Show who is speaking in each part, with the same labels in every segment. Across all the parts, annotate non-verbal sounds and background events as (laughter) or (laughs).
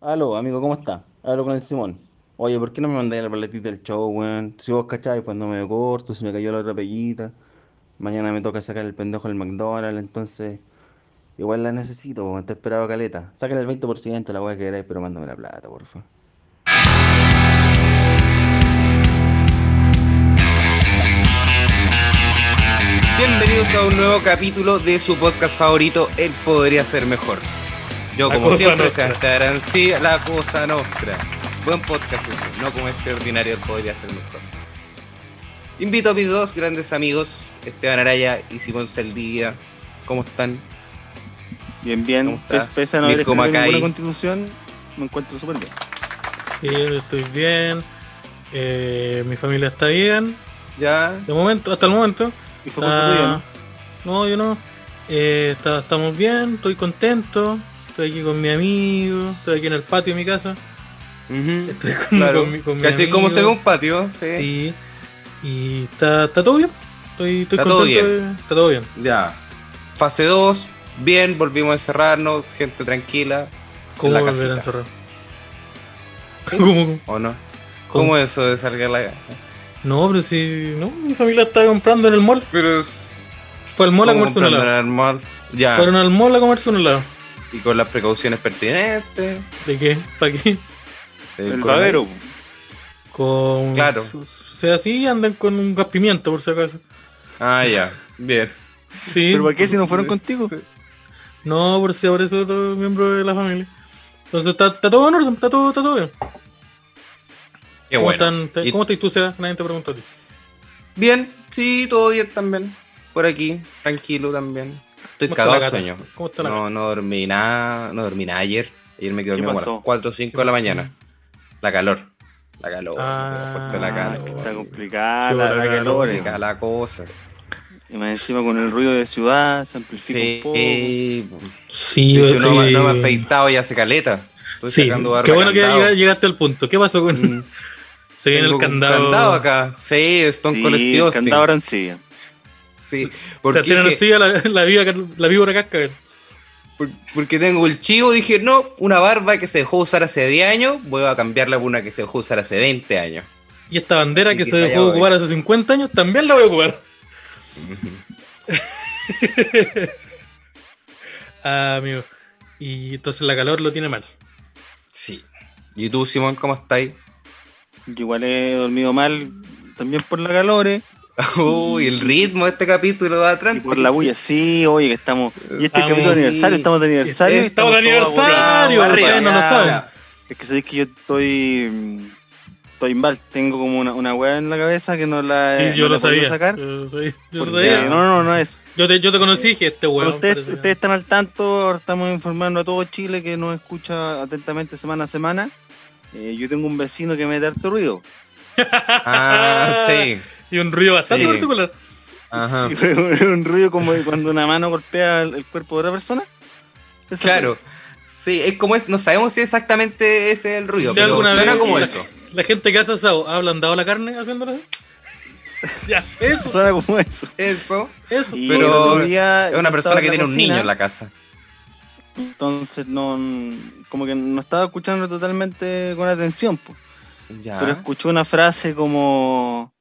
Speaker 1: Aló, amigo, ¿cómo está? Hablo con el Simón. Oye, ¿por qué no me mandáis la paletita del show, weón? Si vos cacháis, pues no me corto, se me cayó la otra pellita. Mañana me toca sacar el pendejo del McDonald's, entonces. Igual la necesito, weón. Te esperaba caleta. Sácale el 20%, la weá que queráis, pero mándame la plata, porfa.
Speaker 2: Bienvenidos a un nuevo capítulo de su podcast favorito, Él Podría Ser Mejor. Yo,
Speaker 3: La
Speaker 2: como
Speaker 3: Cosa
Speaker 2: siempre,
Speaker 3: Nostra.
Speaker 2: Sebastián sí, la cosa nostra. Buen podcast ese, no como este ordinario Él Podría Ser Mejor. Invito a mis dos grandes amigos, Esteban Araya y Simón Saldivia. ¿Cómo están?
Speaker 1: Bien,
Speaker 2: ¿Cómo
Speaker 1: bien.
Speaker 2: está?
Speaker 1: Pese a no haber
Speaker 2: Mirko
Speaker 1: escrito
Speaker 2: Macay.
Speaker 1: ninguna constitución, me encuentro súper bien.
Speaker 3: Sí, yo estoy bien. eh, mi familia está bien.
Speaker 2: ¿Ya?
Speaker 3: De momento, hasta el momento.
Speaker 1: Y
Speaker 3: Ah,
Speaker 1: fue culpa tuya, ¿no?
Speaker 3: Está- No, yo no. Eh, está- estamos bien, estoy contento. Estoy aquí con mi amigo. Estoy aquí en el patio de mi casa. Estoy con,
Speaker 2: Claro,
Speaker 3: con mi, con mi
Speaker 2: casi
Speaker 3: amigo,
Speaker 2: como se ve un patio, sí.
Speaker 3: Sí. Y está, está todo bien. Estoy, estoy
Speaker 2: Está todo
Speaker 3: contento. de- está todo bien.
Speaker 2: Ya. Fase 2, bien, volvimos a encerrarnos, gente tranquila.
Speaker 3: ¿Cómo
Speaker 2: la
Speaker 3: volver
Speaker 2: casita. (laughs)
Speaker 3: a encerrar? ¿Cómo?
Speaker 2: ¿O no?
Speaker 3: ¿Cómo?
Speaker 2: ¿Cómo eso de salir a la.?
Speaker 3: No, pero si. No, mi familia está comprando en el mall.
Speaker 2: Pero es.
Speaker 3: Fue al mall a
Speaker 2: ¿Cómo
Speaker 3: comerse un
Speaker 2: comprando
Speaker 3: helado.
Speaker 2: en el mall? Ya.
Speaker 3: Fueron al mall a comerse un helado.
Speaker 2: Y con las precauciones pertinentes.
Speaker 3: ¿De qué? ¿Para qué?
Speaker 2: del
Speaker 1: El
Speaker 2: coronavirus.
Speaker 1: babero.
Speaker 3: Con.
Speaker 2: Claro.
Speaker 3: O sea, sí andan con un gas pimienta, por si acaso.
Speaker 2: Ah, ya. Bien.
Speaker 3: Sí.
Speaker 1: ¿Pero para qué si no fueron contigo?
Speaker 2: Sí.
Speaker 3: No, por si ahora es otro miembro de la familia. Entonces está, está todo en orden, está todo, está todo bien.
Speaker 2: Qué
Speaker 3: ¿Cómo,
Speaker 2: bueno.
Speaker 3: están, te-
Speaker 2: Y-
Speaker 3: ¿Cómo estás tú, Seba? Nadie te preguntó a ti.
Speaker 2: Bien, sí, todo bien también. Por aquí, tranquilo también. Estoy
Speaker 3: ¿Cómo está la
Speaker 2: cagado de
Speaker 3: gata?
Speaker 2: sueño.
Speaker 3: ¿Cómo está la
Speaker 2: No, no dormí nada, no dormí nada ayer. Ayer me quedé
Speaker 1: ¿Qué
Speaker 2: dormido como a
Speaker 1: pasó?
Speaker 2: las 4 o 5 de la mañana. La calor. La calor.
Speaker 3: Ah.
Speaker 2: fuerte la
Speaker 1: Ah,
Speaker 2: calor.
Speaker 1: que está complicada
Speaker 3: Sí,
Speaker 1: la,
Speaker 3: bueno,
Speaker 1: la
Speaker 3: la
Speaker 1: calor.
Speaker 3: lógica.
Speaker 2: Complicada la cosa.
Speaker 1: Y más encima con el ruido de ciudad se amplifica
Speaker 2: Sí.
Speaker 1: un poco.
Speaker 3: Sí,
Speaker 2: De hecho, no, me-
Speaker 3: eh,
Speaker 2: no me he afeitado ya hace caleta. Estoy
Speaker 3: Sí,
Speaker 2: sacando barba
Speaker 3: qué bueno que
Speaker 2: candado.
Speaker 3: llega- llegaste al punto. ¿Qué pasó con.? (laughs)
Speaker 2: Mm,
Speaker 3: Se viene
Speaker 2: tengo
Speaker 3: el
Speaker 2: un
Speaker 3: candado.
Speaker 2: acá. Sí, Stone Cold
Speaker 1: Sí,
Speaker 2: Steve
Speaker 1: el
Speaker 2: Austin.
Speaker 1: candado ahora en sí.
Speaker 2: Sí,
Speaker 3: O
Speaker 2: porque,
Speaker 3: sea, tienen
Speaker 2: dije-
Speaker 3: así a la, la, víbora, la víbora cascabel.
Speaker 2: por- porque tengo el chivo, dije, no, una barba que se dejó usar hace 10 años, voy a cambiarla por una que se dejó usar hace 20 años.
Speaker 3: Y esta bandera
Speaker 2: Así
Speaker 3: que,
Speaker 2: que
Speaker 3: se
Speaker 2: para allá
Speaker 3: dejó
Speaker 2: voy.
Speaker 3: ocupar hace 50 años también la voy
Speaker 2: (laughs)
Speaker 3: a ocupar. Ah, amigo. Y entonces la calor lo tiene mal.
Speaker 2: Sí. ¿Y tú, Simón, cómo estáis? (laughs)
Speaker 1: Yo igual he dormido mal también por la calor eh,
Speaker 2: Uy, el ritmo de este capítulo de atrás.
Speaker 1: y por la bulla. Sí, oye, que estamos. Y este
Speaker 3: Estamos-
Speaker 1: capítulo de aniversario, estamos de aniversario. y
Speaker 3: Estamos de
Speaker 1: todos
Speaker 3: aniversario,
Speaker 1: agotados,
Speaker 2: arriba.
Speaker 3: ustedes no lo
Speaker 1: ya.
Speaker 3: saben.
Speaker 1: Es que sabéis que yo estoy. mm, Estoy mal, tengo como una, una hueá en la cabeza que no la
Speaker 3: Y
Speaker 1: he
Speaker 3: yo,
Speaker 1: Eh,
Speaker 3: lo
Speaker 1: no la he podido
Speaker 3: sabía,
Speaker 1: sacar.
Speaker 3: yo lo sabía. Yo lo
Speaker 1: porque-
Speaker 3: sabía.
Speaker 1: no, no, no es.
Speaker 3: Yo te, yo te conocí y dije, este
Speaker 1: Pero
Speaker 3: huevón.
Speaker 1: ustedes,
Speaker 3: parece-
Speaker 1: ustedes están al tanto, ahora estamos informando a todo Chile que nos escucha atentamente semana a semana. Eh, yo tengo un vecino que me da harto ruido.
Speaker 2: Ah, sí.
Speaker 3: (laughs) Y un ruido bastante
Speaker 2: Sí.
Speaker 3: particular.
Speaker 2: Ajá.
Speaker 1: (laughs) Sí, pero es un ruido como de cuando una mano golpea el, el cuerpo de otra persona. Ese
Speaker 2: Claro. Sí, es como es, no sabemos si exactamente ese es el ruido,
Speaker 3: ¿De
Speaker 2: pero
Speaker 3: alguna
Speaker 2: suena
Speaker 3: vez-
Speaker 2: como eso.
Speaker 3: La gente que hace asado, ¿ha ablandado la carne haciéndolo así?
Speaker 1: (laughs)
Speaker 3: ya,
Speaker 1: ruido.
Speaker 3: eso,
Speaker 1: Suena como eso.
Speaker 2: Eso.
Speaker 3: eso.
Speaker 1: Y
Speaker 2: Pero
Speaker 1: el otro día
Speaker 2: Es
Speaker 1: yo
Speaker 2: una
Speaker 1: estaba
Speaker 2: persona que
Speaker 1: en la
Speaker 2: tiene un niño
Speaker 1: cocina,
Speaker 2: en la casa.
Speaker 1: Entonces, no, como que no estaba escuchando totalmente con atención. po.
Speaker 2: Ya.
Speaker 1: Pero escuchó una frase como: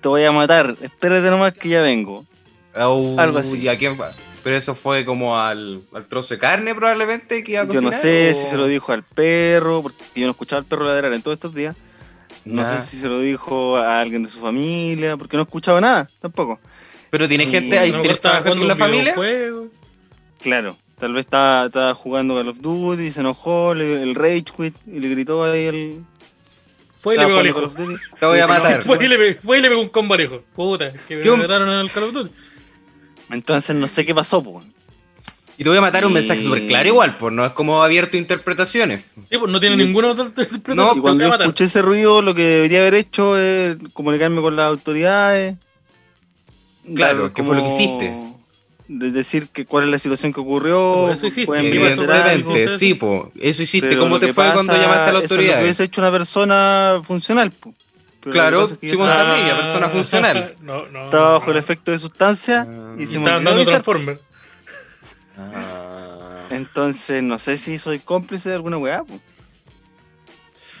Speaker 1: Te voy a matar, espérate nomás que ya vengo.
Speaker 2: Au,
Speaker 1: Algo así.
Speaker 2: ¿y a quién fa- Pero eso fue como al, al trozo de carne probablemente que iba a
Speaker 1: Yo no
Speaker 2: cocinar,
Speaker 1: sé
Speaker 2: o-
Speaker 1: si se lo dijo al perro, porque yo no escuchaba al perro ladrar en todos estos días. No
Speaker 2: Ya.
Speaker 1: sé si se lo dijo a alguien de su familia, porque no escuchaba nada tampoco.
Speaker 2: Pero tiene gente,
Speaker 1: No,
Speaker 2: ahí
Speaker 3: No,
Speaker 2: tienes
Speaker 3: estaba
Speaker 2: gente con
Speaker 3: jugando
Speaker 2: la
Speaker 3: un
Speaker 2: familia.
Speaker 3: videojuego.
Speaker 1: Claro, tal vez estaba, estaba jugando Call of Duty, se enojó, le- el rage quit y le gritó ahí el.
Speaker 3: Fue y le
Speaker 2: Ah,
Speaker 3: pegó al
Speaker 1: estaba jugando
Speaker 3: hijo.
Speaker 1: Call of Duty.
Speaker 2: Te voy a
Speaker 1: No,
Speaker 2: matar.
Speaker 1: fue-
Speaker 3: Fue y, le pegó, fue y le pegó un combo al hijo. Puta, que me
Speaker 2: Yo-
Speaker 3: mataron en el Call of Duty.
Speaker 1: Entonces no sé qué pasó, pues.
Speaker 2: Y te voy a matar un mensaje
Speaker 1: Y-
Speaker 2: súper claro igual, pues no es como abierto a interpretaciones.
Speaker 3: Sí, pues, no tiene ninguna otra (laughs) interpretación.
Speaker 2: No,
Speaker 1: Y
Speaker 3: te
Speaker 1: cuando
Speaker 3: va a
Speaker 1: yo
Speaker 3: matar.
Speaker 1: escuché ese ruido, lo que debería haber hecho es comunicarme con las autoridades.
Speaker 2: Claro,
Speaker 1: dar
Speaker 2: que fue lo que
Speaker 1: como-
Speaker 2: hiciste.
Speaker 1: De decir que cuál es la situación que ocurrió.
Speaker 3: Por eso hiciste,
Speaker 1: pueden
Speaker 3: ¿qué
Speaker 2: Eh,
Speaker 3: pasó
Speaker 1: vender
Speaker 3: con el
Speaker 1: algo.
Speaker 3: evento?
Speaker 2: Evidentemente, sí, po. Eso hiciste.
Speaker 1: Pero
Speaker 2: ¿Cómo
Speaker 1: lo
Speaker 2: te
Speaker 1: que
Speaker 2: fue cuando
Speaker 1: pasa,
Speaker 2: llamaste a la
Speaker 1: Eso es lo que
Speaker 2: autoridad?
Speaker 1: hubiese hecho una persona funcional. po. Pero lo que
Speaker 2: Claro,
Speaker 1: pasa es que yo
Speaker 2: Simón
Speaker 1: estaba-
Speaker 2: Saldivia, persona funcional.
Speaker 3: Ah. (laughs) No, no.
Speaker 1: Estaba bajo el
Speaker 3: no.
Speaker 1: efecto de sustancia
Speaker 2: Ah.
Speaker 1: y
Speaker 3: Y
Speaker 1: se
Speaker 3: estaban
Speaker 1: me olvidó
Speaker 3: dando
Speaker 1: avisar.
Speaker 3: Transformer.
Speaker 2: Ah,
Speaker 1: Entonces, no sé si soy cómplice de alguna weá. po.
Speaker 2: Este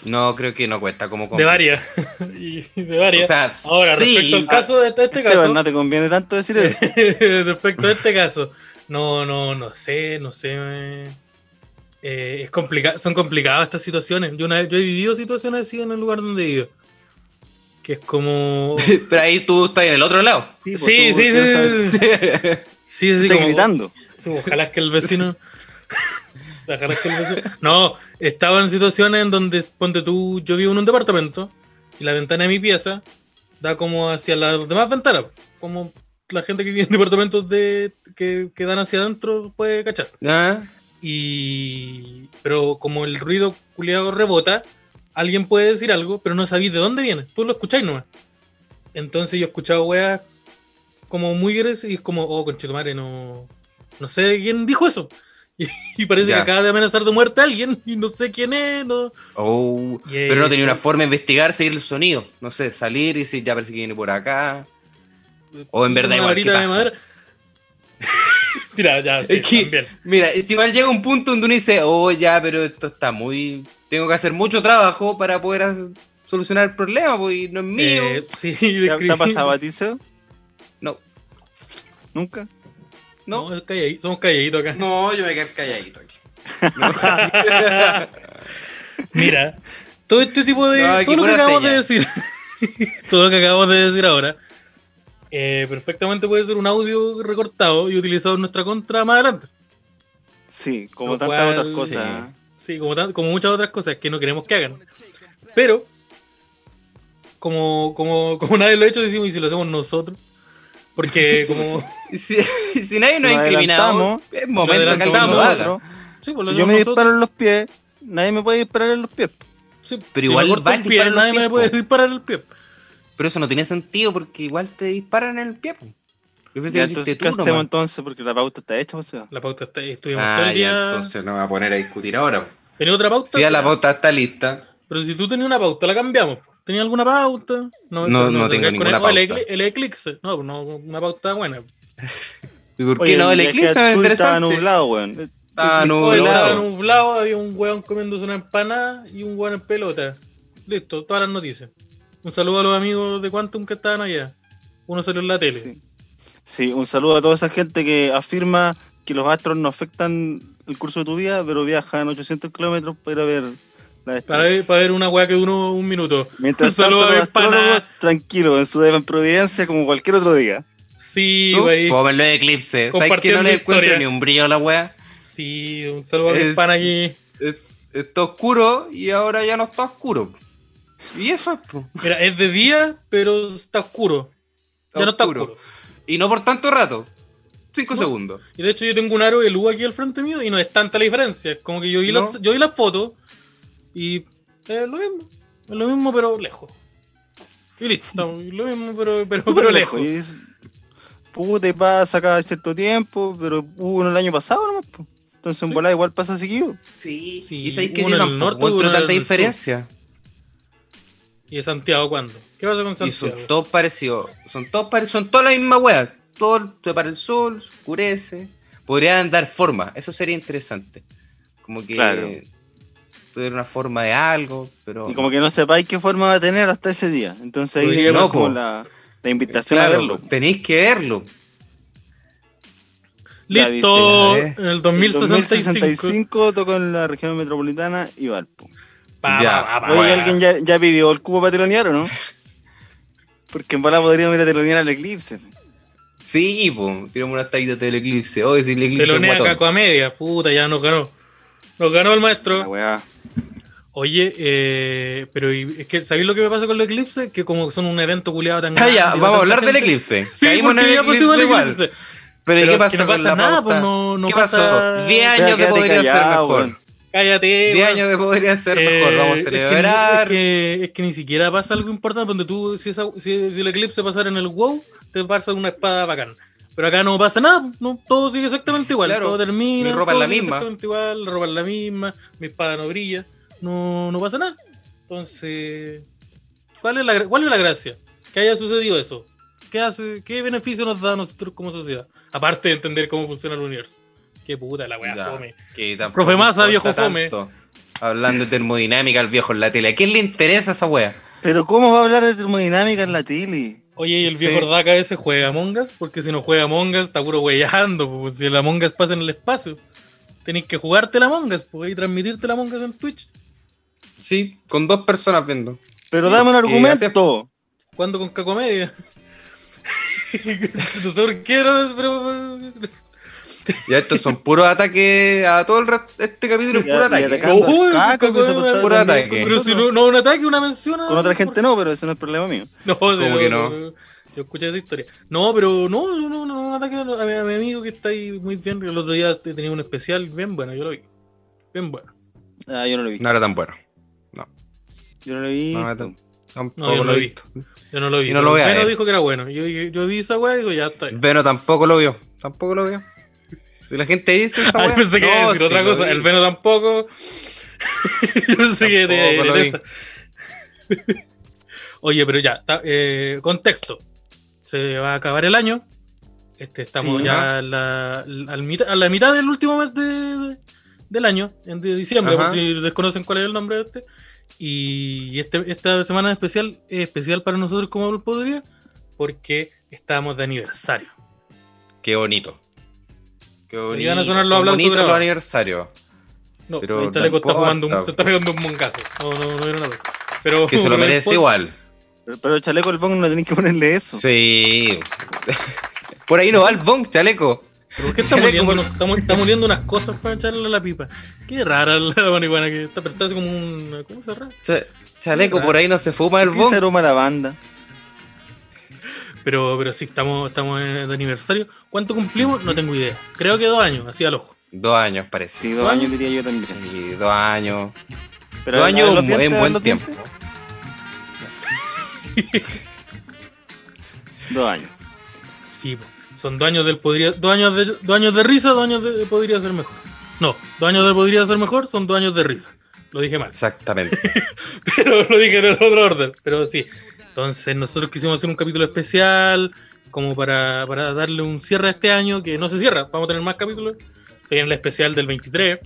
Speaker 2: No, creo que no cuesta como
Speaker 3: De
Speaker 2: cómplice.
Speaker 3: varias. (laughs) Y de varias.
Speaker 2: O sea,
Speaker 3: Ahora,
Speaker 2: sí,
Speaker 3: respecto al
Speaker 2: ah,
Speaker 3: caso de de este
Speaker 1: Esteban,
Speaker 3: caso.
Speaker 1: no te conviene tanto decir eso.
Speaker 3: (laughs) respecto a este caso. No, no, no sé, no sé. eh, eh, es complicado, son complicadas estas situaciones. Yo, una vez- yo he vivido situaciones así en el lugar donde he ido. Que es como. sí,
Speaker 2: Pero ahí tú estás en el otro lado. (laughs)
Speaker 1: pues, tú
Speaker 3: sí, sí, sí,
Speaker 1: piensas-
Speaker 3: sí, sí. Sí, sí,
Speaker 1: Estás
Speaker 3: como-
Speaker 1: gritando.
Speaker 3: sí, Ojalá que el vecino. (laughs) ojalá que el vecino- No, estaba en situaciones en donde, ponte tú, yo vivo en un departamento y la ventana de mi pieza da como hacia las demás ventanas. Como la gente que vive en departamentos de, que, que dan hacia adentro puede cachar.
Speaker 2: Ah,
Speaker 3: Y. Pero como el ruido culiado rebota, alguien puede decir algo, pero no sabéis de dónde viene. Tú lo escucháis nomás. Entonces yo he escuchado weas como muy grandes y es como, oh, conchetumare, no. No sé quién dijo eso. (laughs) Y, y parece
Speaker 2: Ya.
Speaker 3: que acaba de amenazar de muerte a alguien y no sé quién es. No.
Speaker 2: oh,
Speaker 3: Y
Speaker 2: pero no tenía
Speaker 3: eso-
Speaker 2: una forma de investigar, seguir el sonido. No sé, salir y decir, ya parece que viene por acá. O en verdad
Speaker 3: Una
Speaker 2: igual. qué
Speaker 3: varita de
Speaker 2: paja.
Speaker 3: madera. (laughs) Mira, ya, sí,
Speaker 2: Es que-
Speaker 3: también.
Speaker 2: Mira, si igual llega un punto donde uno dice, oh, ya, pero esto está muy. Tengo que hacer mucho trabajo para poder as- solucionar el problema, pues, y no es mío.
Speaker 3: Eh, sí,
Speaker 1: ¿Te ha-
Speaker 3: describí-
Speaker 1: te ha pasado a ti, Seo?
Speaker 2: No,
Speaker 1: ¿Nunca?
Speaker 2: no,
Speaker 3: No, calladito, somos calladitos acá.
Speaker 2: no, yo me quedé calladito aquí.
Speaker 3: (laughs) Mira, todo este tipo de.
Speaker 2: No, aquí
Speaker 3: todo lo que
Speaker 2: pura
Speaker 3: acabamos de
Speaker 2: seña.
Speaker 3: decir. (laughs) todo lo que acabamos de decir ahora. eh, perfectamente puede ser un audio recortado y utilizado en nuestra contra más adelante.
Speaker 1: Sí, como
Speaker 3: Lo
Speaker 1: tantas
Speaker 3: cual,
Speaker 1: otras
Speaker 3: sí.
Speaker 1: cosas. ¿eh?
Speaker 3: Sí, como, tan- como muchas otras cosas que no queremos que hagan. Pero, como, como, (laughs) como nadie lo ha hecho, decimos, ¿y si lo hacemos nosotros? Porque,
Speaker 2: (laughs)
Speaker 3: como.
Speaker 2: (laughs) Y Si, y si nadie
Speaker 1: Si
Speaker 2: nos
Speaker 1: nos
Speaker 2: ha incriminado,
Speaker 1: adelantamos,
Speaker 2: es momento que
Speaker 3: adelantamos
Speaker 2: alguien lo haga.
Speaker 1: Nosotros,
Speaker 3: sí, pues lo
Speaker 1: si yo
Speaker 3: hacemos
Speaker 1: me
Speaker 3: nosotros.
Speaker 1: disparo en los pies, nadie me puede disparar en los pies.
Speaker 3: Sí,
Speaker 2: Pero
Speaker 3: si
Speaker 2: igual
Speaker 3: me corto
Speaker 2: va
Speaker 3: un
Speaker 2: a
Speaker 3: pie,
Speaker 2: disparar los
Speaker 3: nadie me
Speaker 2: pies,
Speaker 3: puede
Speaker 2: po.
Speaker 3: disparar el pie.
Speaker 2: Pero eso no tiene sentido porque igual te disparan en el pie. po. Yo pensé
Speaker 1: Ya,
Speaker 2: que
Speaker 1: entonces,
Speaker 2: hiciste
Speaker 1: ¿qué
Speaker 2: tú
Speaker 1: hacemos
Speaker 2: nomás.
Speaker 1: entonces? Porque la pauta está hecha, José.
Speaker 3: La pauta está, estuvimos todo
Speaker 2: Ah,
Speaker 3: el día.
Speaker 2: ya, entonces no me voy a poner a discutir ahora.
Speaker 3: ¿Tenía otra pauta?
Speaker 2: Si ya la pauta está lista.
Speaker 3: Pero si tú tenías una pauta, la cambiamos. ¿Tenías alguna pauta?
Speaker 2: No,
Speaker 3: No,
Speaker 2: no tengo
Speaker 3: se quedan con
Speaker 2: ninguna
Speaker 3: el- oh, El,
Speaker 2: pauta.
Speaker 3: ecli- el eclipse. No, pues no, una pauta buena.
Speaker 2: ¿Y por qué
Speaker 1: Oye,
Speaker 2: no? El
Speaker 1: día que
Speaker 2: eclipse es
Speaker 1: azul Estaba
Speaker 2: interesante.
Speaker 1: nublado, weón.
Speaker 2: Estaba
Speaker 1: Eclipse
Speaker 2: nublado.
Speaker 3: Hoy
Speaker 1: nublado.
Speaker 3: estaba nublado, había un weón comiéndose una empanada y un weón en pelota. Listo, todas las noticias. Un saludo a los amigos de Quantum que estaban allá. Uno salió en la tele.
Speaker 1: Sí. Sí, un saludo a toda esa gente que afirma que los astros no afectan el curso de tu vida, pero viajan 800 kilómetros para ir a ver la
Speaker 3: Para,
Speaker 1: estrella.
Speaker 3: ver, para ver una weá que duró un minuto.
Speaker 1: Mientras
Speaker 3: un saludo
Speaker 1: tanto,
Speaker 3: a
Speaker 1: los
Speaker 3: mi pana.
Speaker 1: astrólogos, tranquilos, en su deba en Providencia, como cualquier otro día.
Speaker 3: Sí,
Speaker 2: Tú,
Speaker 3: wey.
Speaker 2: Pónganlo de eclipse. ¿Sabes que
Speaker 3: Compartiendo
Speaker 2: no le
Speaker 3: historia.
Speaker 2: encuentro ni un brillo a la wea?
Speaker 3: Sí, un saludo a mi
Speaker 2: Es-
Speaker 3: pana aquí.
Speaker 2: Es- Está oscuro y ahora ya no está oscuro. Y eso es, po.
Speaker 3: Mira, es de día, pero está oscuro.
Speaker 2: Está
Speaker 3: ya no está
Speaker 2: oscuro.
Speaker 3: oscuro.
Speaker 2: Y no por tanto rato. Cinco
Speaker 3: No.
Speaker 2: segundos.
Speaker 3: Y de hecho yo tengo un aro de luz aquí al frente mío y no es tanta la diferencia. Es Como que yo vi,
Speaker 2: No.
Speaker 3: las, yo vi las fotos y es lo mismo. Es lo mismo pero lejos.
Speaker 2: (laughs)
Speaker 3: Y listo, y lo mismo pero, pero,
Speaker 1: Súper
Speaker 3: pero lejos.
Speaker 1: y es- Puta, y pasa cada cierto tiempo, pero hubo uno el año pasado nomás. po. Entonces, en
Speaker 3: Sí.
Speaker 1: volada igual pasa seguido.
Speaker 2: Sí.
Speaker 3: Sí,
Speaker 2: Y sabéis que
Speaker 3: uno
Speaker 2: yo
Speaker 3: en el
Speaker 2: tampoco
Speaker 3: norte y uno
Speaker 2: encuentro
Speaker 3: en
Speaker 2: tanta
Speaker 3: el sur.
Speaker 2: diferencia.
Speaker 3: ¿Y de Santiago cuándo? ¿Qué pasa con
Speaker 2: Y son
Speaker 3: Santiago?
Speaker 2: todos parecidos. Son todos parecidos. Son todas las mismas weas. Todo se para el sol, se oscurece. Podrían dar forma. Eso sería interesante. Como que
Speaker 1: Claro.
Speaker 2: tuviera una forma de algo, pero.
Speaker 1: Y como que no sepáis qué forma va a tener hasta ese día. Entonces, ahí
Speaker 3: Podría-
Speaker 1: llega
Speaker 2: No,
Speaker 1: como
Speaker 2: po.
Speaker 1: la, la invitación
Speaker 2: Claro,
Speaker 1: a verlo.
Speaker 2: Tenéis que verlo.
Speaker 1: Ya
Speaker 3: Listo,
Speaker 2: dice, ¿eh?
Speaker 3: en el
Speaker 1: El
Speaker 3: 2065.
Speaker 1: 2065 tocó en la región metropolitana y Valpo.
Speaker 3: Pa,
Speaker 2: Ya,
Speaker 3: pa, pa, pa.
Speaker 2: Ah,
Speaker 1: Oye,
Speaker 2: bueno.
Speaker 1: ¿alguien ya, ya pidió el cubo para telonear o no? Porque en bala podríamos ir a telonear al eclipse.
Speaker 2: Sí, pues, tiramos una tagita del eclipse. Hoy si el eclipse es
Speaker 3: Pelonea
Speaker 2: guatón.
Speaker 3: Caco a media, puta, ya nos ganó. Nos ganó el maestro.
Speaker 2: Ah,
Speaker 1: La weá.
Speaker 3: Oye, eh, pero y- es que ¿sabéis lo que me pasa con los eclipses? Que como son un evento culiado tan
Speaker 2: Ah,
Speaker 3: grande.
Speaker 2: ya,
Speaker 3: y
Speaker 2: vamos a
Speaker 3: tanta
Speaker 2: hablar del
Speaker 3: gente-
Speaker 2: eclipse.
Speaker 3: Sí,
Speaker 2: Caímos en
Speaker 3: porque
Speaker 2: el
Speaker 3: ya pusimos el
Speaker 2: igual.
Speaker 3: eclipse.
Speaker 2: Pero, ¿y
Speaker 3: Pero
Speaker 2: qué
Speaker 3: es
Speaker 2: pasó
Speaker 3: que no
Speaker 2: con
Speaker 3: pasa
Speaker 2: la
Speaker 3: nada,
Speaker 2: pauta?
Speaker 3: pues, no- no
Speaker 2: ¿Qué
Speaker 3: pasa-
Speaker 2: pasó? 10
Speaker 1: O
Speaker 2: años
Speaker 1: sea,
Speaker 2: de
Speaker 1: quédate
Speaker 2: podría
Speaker 1: callado,
Speaker 2: ser
Speaker 1: weón.
Speaker 2: mejor.
Speaker 3: Cállate.
Speaker 2: 10
Speaker 3: weón.
Speaker 2: años de podría ser
Speaker 3: Eh,
Speaker 2: mejor. Vamos a
Speaker 3: es que ni-
Speaker 2: celebrar.
Speaker 3: Es que, es que ni siquiera pasa algo importante. Donde tú, si, esa- si- si el eclipse pasara en el WoW, te pasa una espada bacán. Pero acá no pasa nada, no, todo sigue exactamente igual.
Speaker 2: Claro,
Speaker 3: todo termina.
Speaker 2: mi ropa es
Speaker 3: todo
Speaker 2: la
Speaker 3: sigue
Speaker 2: misma.
Speaker 3: Exactamente igual, la ropa es la misma, mi espada no brilla, no, no pasa nada. Entonces, ¿cuál es, la, gra- ¿cuál es la gracia? Que haya sucedido eso. ¿Qué, hace, ¿Qué beneficio nos da a nosotros como sociedad? Aparte de entender cómo funciona el universo. Qué puta la weá,
Speaker 2: Ya,
Speaker 3: fome.
Speaker 2: que tampoco
Speaker 3: Profe
Speaker 2: importa
Speaker 3: Massa, viejo fome.
Speaker 2: tanto. Hablando de termodinámica al viejo en la tele. ¿A quién le interesa esa wea?
Speaker 1: Pero ¿cómo va a hablar de termodinámica en la tele?
Speaker 3: Oye, ¿y el
Speaker 2: Sí.
Speaker 3: viejo Daca ese juega Among Us? Porque si no juega Among Us, está puro weyando. po. pues, Si el Among Us pasa en el espacio, tenéis que jugarte la Among Us po, y transmitirte la Among Us en Twitch.
Speaker 2: Sí, con dos personas viendo.
Speaker 1: Pero
Speaker 2: Sí,
Speaker 1: dame un
Speaker 2: que
Speaker 1: argumento.
Speaker 3: ¿Cuándo con Cacomedia? (laughs) no sé por qué, no, pero.
Speaker 2: Ya estos son (laughs) puros ataques a todo el resto. Este capítulo es
Speaker 1: Y a-
Speaker 2: puro
Speaker 1: y
Speaker 2: ataque.
Speaker 1: atacando al
Speaker 3: Uy,
Speaker 1: Caco, que se
Speaker 3: Caco,
Speaker 1: acostaba
Speaker 2: puro
Speaker 1: también con
Speaker 2: ataque.
Speaker 3: Pero si no,
Speaker 1: nosotros.
Speaker 3: no, un ataque, una mención. a-
Speaker 1: Con otra gente no, pero ese no es problema mío.
Speaker 3: No, ¿Cómo
Speaker 2: que no?
Speaker 3: Yo escuché esa historia. No, pero no, no, no, no, un ataque a, mi, a mi amigo que está ahí muy bien. El otro día tenía un especial bien bueno, yo lo vi. Bien bueno.
Speaker 1: Ah, yo no lo vi.
Speaker 2: No era tan bueno.
Speaker 1: Yo no lo vi.
Speaker 2: No, tam- tampoco
Speaker 3: No, yo
Speaker 2: lo
Speaker 3: lo
Speaker 2: he
Speaker 3: vi.
Speaker 2: visto.
Speaker 3: Yo no lo vi.
Speaker 2: Y no lo eh. voy a
Speaker 3: Bueno,
Speaker 2: ver.
Speaker 3: dijo que era bueno. Yo, yo, yo vi esa weá y digo, ya está.
Speaker 2: El Veno tampoco lo vio. Tampoco lo vio. Y la gente dice esa
Speaker 3: (laughs) Ah,
Speaker 2: wea.
Speaker 3: yo pensé que
Speaker 2: No,
Speaker 3: iba a decir
Speaker 2: sí
Speaker 3: otra
Speaker 2: lo
Speaker 3: cosa.
Speaker 2: vi.
Speaker 3: El Veno tampoco. (laughs) yo pensé que te iba a
Speaker 2: Tampoco lo
Speaker 3: decir
Speaker 2: vi.
Speaker 3: esa. Oye, pero ya, ta- eh, contexto. Se va a acabar el año. Este, estamos
Speaker 1: Sí.
Speaker 3: ya a la, al mitad- a la mitad del último mes de- de- del año, en de diciembre,
Speaker 2: Ajá.
Speaker 3: por si desconocen cuál es el nombre de este. Y este, esta semana especial es especial para nosotros como podría, porque estamos de aniversario.
Speaker 2: Qué bonito. Qué bonito.
Speaker 3: Ahí van a sonar los
Speaker 2: Son
Speaker 3: aplausos
Speaker 2: bonitos
Speaker 3: grabados.
Speaker 2: los (laughs) aniversarios.
Speaker 3: No,
Speaker 2: Pero
Speaker 3: el
Speaker 2: no
Speaker 3: Chaleco está jugando un-
Speaker 2: importa.
Speaker 3: se está pegando un moncazo. No, no, no, era una vez. Pero,
Speaker 2: Que se lo
Speaker 3: pero
Speaker 2: merece
Speaker 3: después-
Speaker 2: igual.
Speaker 1: Pero, pero chaleco el pongo no tenés que ponerle eso.
Speaker 2: Sí. Por ahí no va el bong, chaleco. (laughs)
Speaker 3: ¿Pero ¿Por qué estamos
Speaker 2: Chaleco,
Speaker 3: oliendo, estamos, estamos oliendo unas cosas para echarle a la pipa? Qué rara la (laughs) marihuana que está, pero está así como un. ¿Cómo se llama?
Speaker 2: Cha- chaleco, por ahí no se fuma el
Speaker 1: ¿Por qué se
Speaker 2: bong.
Speaker 1: aroma la banda?
Speaker 3: Pero, pero sí, estamos, estamos de aniversario. ¿Cuánto cumplimos? No tengo idea. Creo que dos años, así al ojo.
Speaker 2: Dos años, parece.
Speaker 1: Sí, dos años diría yo también.
Speaker 2: Sí, dos años.
Speaker 1: Pero
Speaker 2: dos
Speaker 1: a ver, a
Speaker 2: años
Speaker 1: ver los
Speaker 2: en
Speaker 1: dientes, a ver
Speaker 2: buen
Speaker 1: los
Speaker 2: tiempo.
Speaker 1: dientes. Dos años.
Speaker 3: Sí, po. son dos años del podría. Dos años de, dos años de risa, dos años de podría ser mejor. No, dos años de podría ser mejor son dos años de risa. Lo dije mal.
Speaker 2: Exactamente. (laughs)
Speaker 3: (laughs) pero lo dije en el otro orden. Pero sí. Entonces nosotros quisimos hacer un capítulo especial como para, para darle un cierre a este año que no se cierra. Vamos a tener más capítulos. Se viene el especial del 23.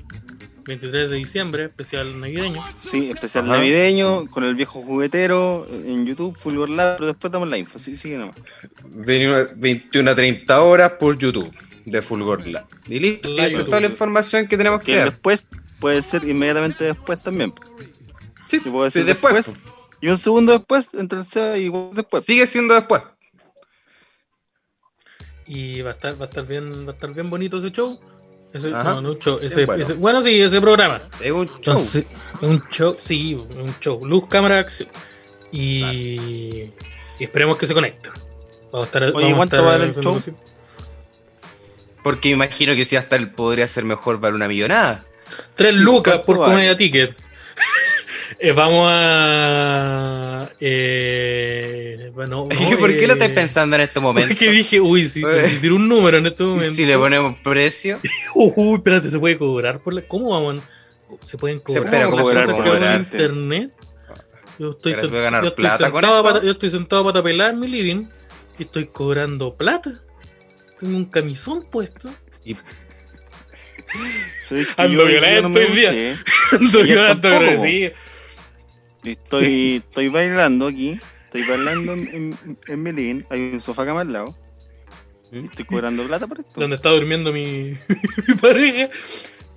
Speaker 3: 23 de diciembre, especial navideño.
Speaker 1: Sí, especial
Speaker 2: Ajá.
Speaker 1: navideño, con el viejo juguetero, en YouTube, Fulgor Lab, pero después damos la info, sí, sigue nomás.
Speaker 2: 21 a 30 horas por YouTube de Fulgor Lab. Y listo,
Speaker 3: Live
Speaker 2: esa es
Speaker 3: YouTube.
Speaker 2: toda la información que tenemos que
Speaker 1: Que
Speaker 2: dar.
Speaker 1: después puede ser inmediatamente después también.
Speaker 2: Sí,
Speaker 1: Yo puedo decir
Speaker 2: sí,
Speaker 1: después,
Speaker 2: después.
Speaker 1: y un segundo después, entre el SEA y igual
Speaker 2: pues.
Speaker 1: después.
Speaker 2: Sigue siendo después.
Speaker 3: Y va a estar, va a estar bien, va a estar bien bonito ese show. Ese,
Speaker 2: Ajá.
Speaker 3: no, no un show.
Speaker 2: Sí,
Speaker 3: Ese, ese-
Speaker 2: bueno.
Speaker 3: bueno. sí, ese programa.
Speaker 2: Es un show.
Speaker 3: Entonces, un show, sí, un show. Luz, cámara, acción. Y, y esperemos que se conecte. Vamos a estar, vamos a
Speaker 1: ¿cuánto
Speaker 3: estar
Speaker 1: vale el
Speaker 3: haciendo
Speaker 1: show?
Speaker 3: cosas.
Speaker 2: Porque me imagino que si hasta él podría ser mejor para una millonada. (laughs)
Speaker 3: Tres
Speaker 1: Sí,
Speaker 3: lucas
Speaker 2: pues,
Speaker 1: ¿cuánto
Speaker 3: por
Speaker 1: vale?
Speaker 3: comedia ticket. (laughs) Eh, vamos a. eh, bueno,
Speaker 2: ¿Y
Speaker 3: no,
Speaker 2: ¿Por qué lo estás
Speaker 3: eh,
Speaker 2: pensando en
Speaker 3: (laughs)
Speaker 2: este momento?
Speaker 3: Porque dije, uy, si,
Speaker 2: Eh.
Speaker 3: si tiro un número en este momento.
Speaker 2: Si le ponemos precio,
Speaker 3: Uy, uy, espérate, se puede cobrar por la. ¿Cómo vamos? a- ¿Se pueden cobrar?
Speaker 2: espera
Speaker 3: por
Speaker 2: cómo
Speaker 3: las
Speaker 2: se
Speaker 3: cosas
Speaker 2: puede
Speaker 3: que hago en
Speaker 2: cobrar.
Speaker 3: internet? Yo estoy,
Speaker 2: Pero se
Speaker 3: sen-
Speaker 2: puede ganar
Speaker 3: yo estoy
Speaker 2: plata con
Speaker 3: sentado
Speaker 2: esto.
Speaker 3: para, yo estoy sentado para tapelar en mi living y estoy cobrando plata. Tengo un camisón puesto. (laughs)
Speaker 1: Soy que
Speaker 3: Ando
Speaker 1: yo hoy día
Speaker 3: violento
Speaker 1: no me
Speaker 3: hoy día.
Speaker 1: duché,
Speaker 3: Ando
Speaker 1: Y él
Speaker 3: llorando,
Speaker 1: tampoco,
Speaker 3: pero
Speaker 1: po.
Speaker 3: sí. (laughs)
Speaker 1: Estoy, estoy bailando aquí, estoy bailando en, en, en mi living, hay un sofá cama al lado.
Speaker 3: ¿Mm?
Speaker 1: y Estoy cobrando plata por esto.
Speaker 3: donde está durmiendo mi, (laughs) mi pareja.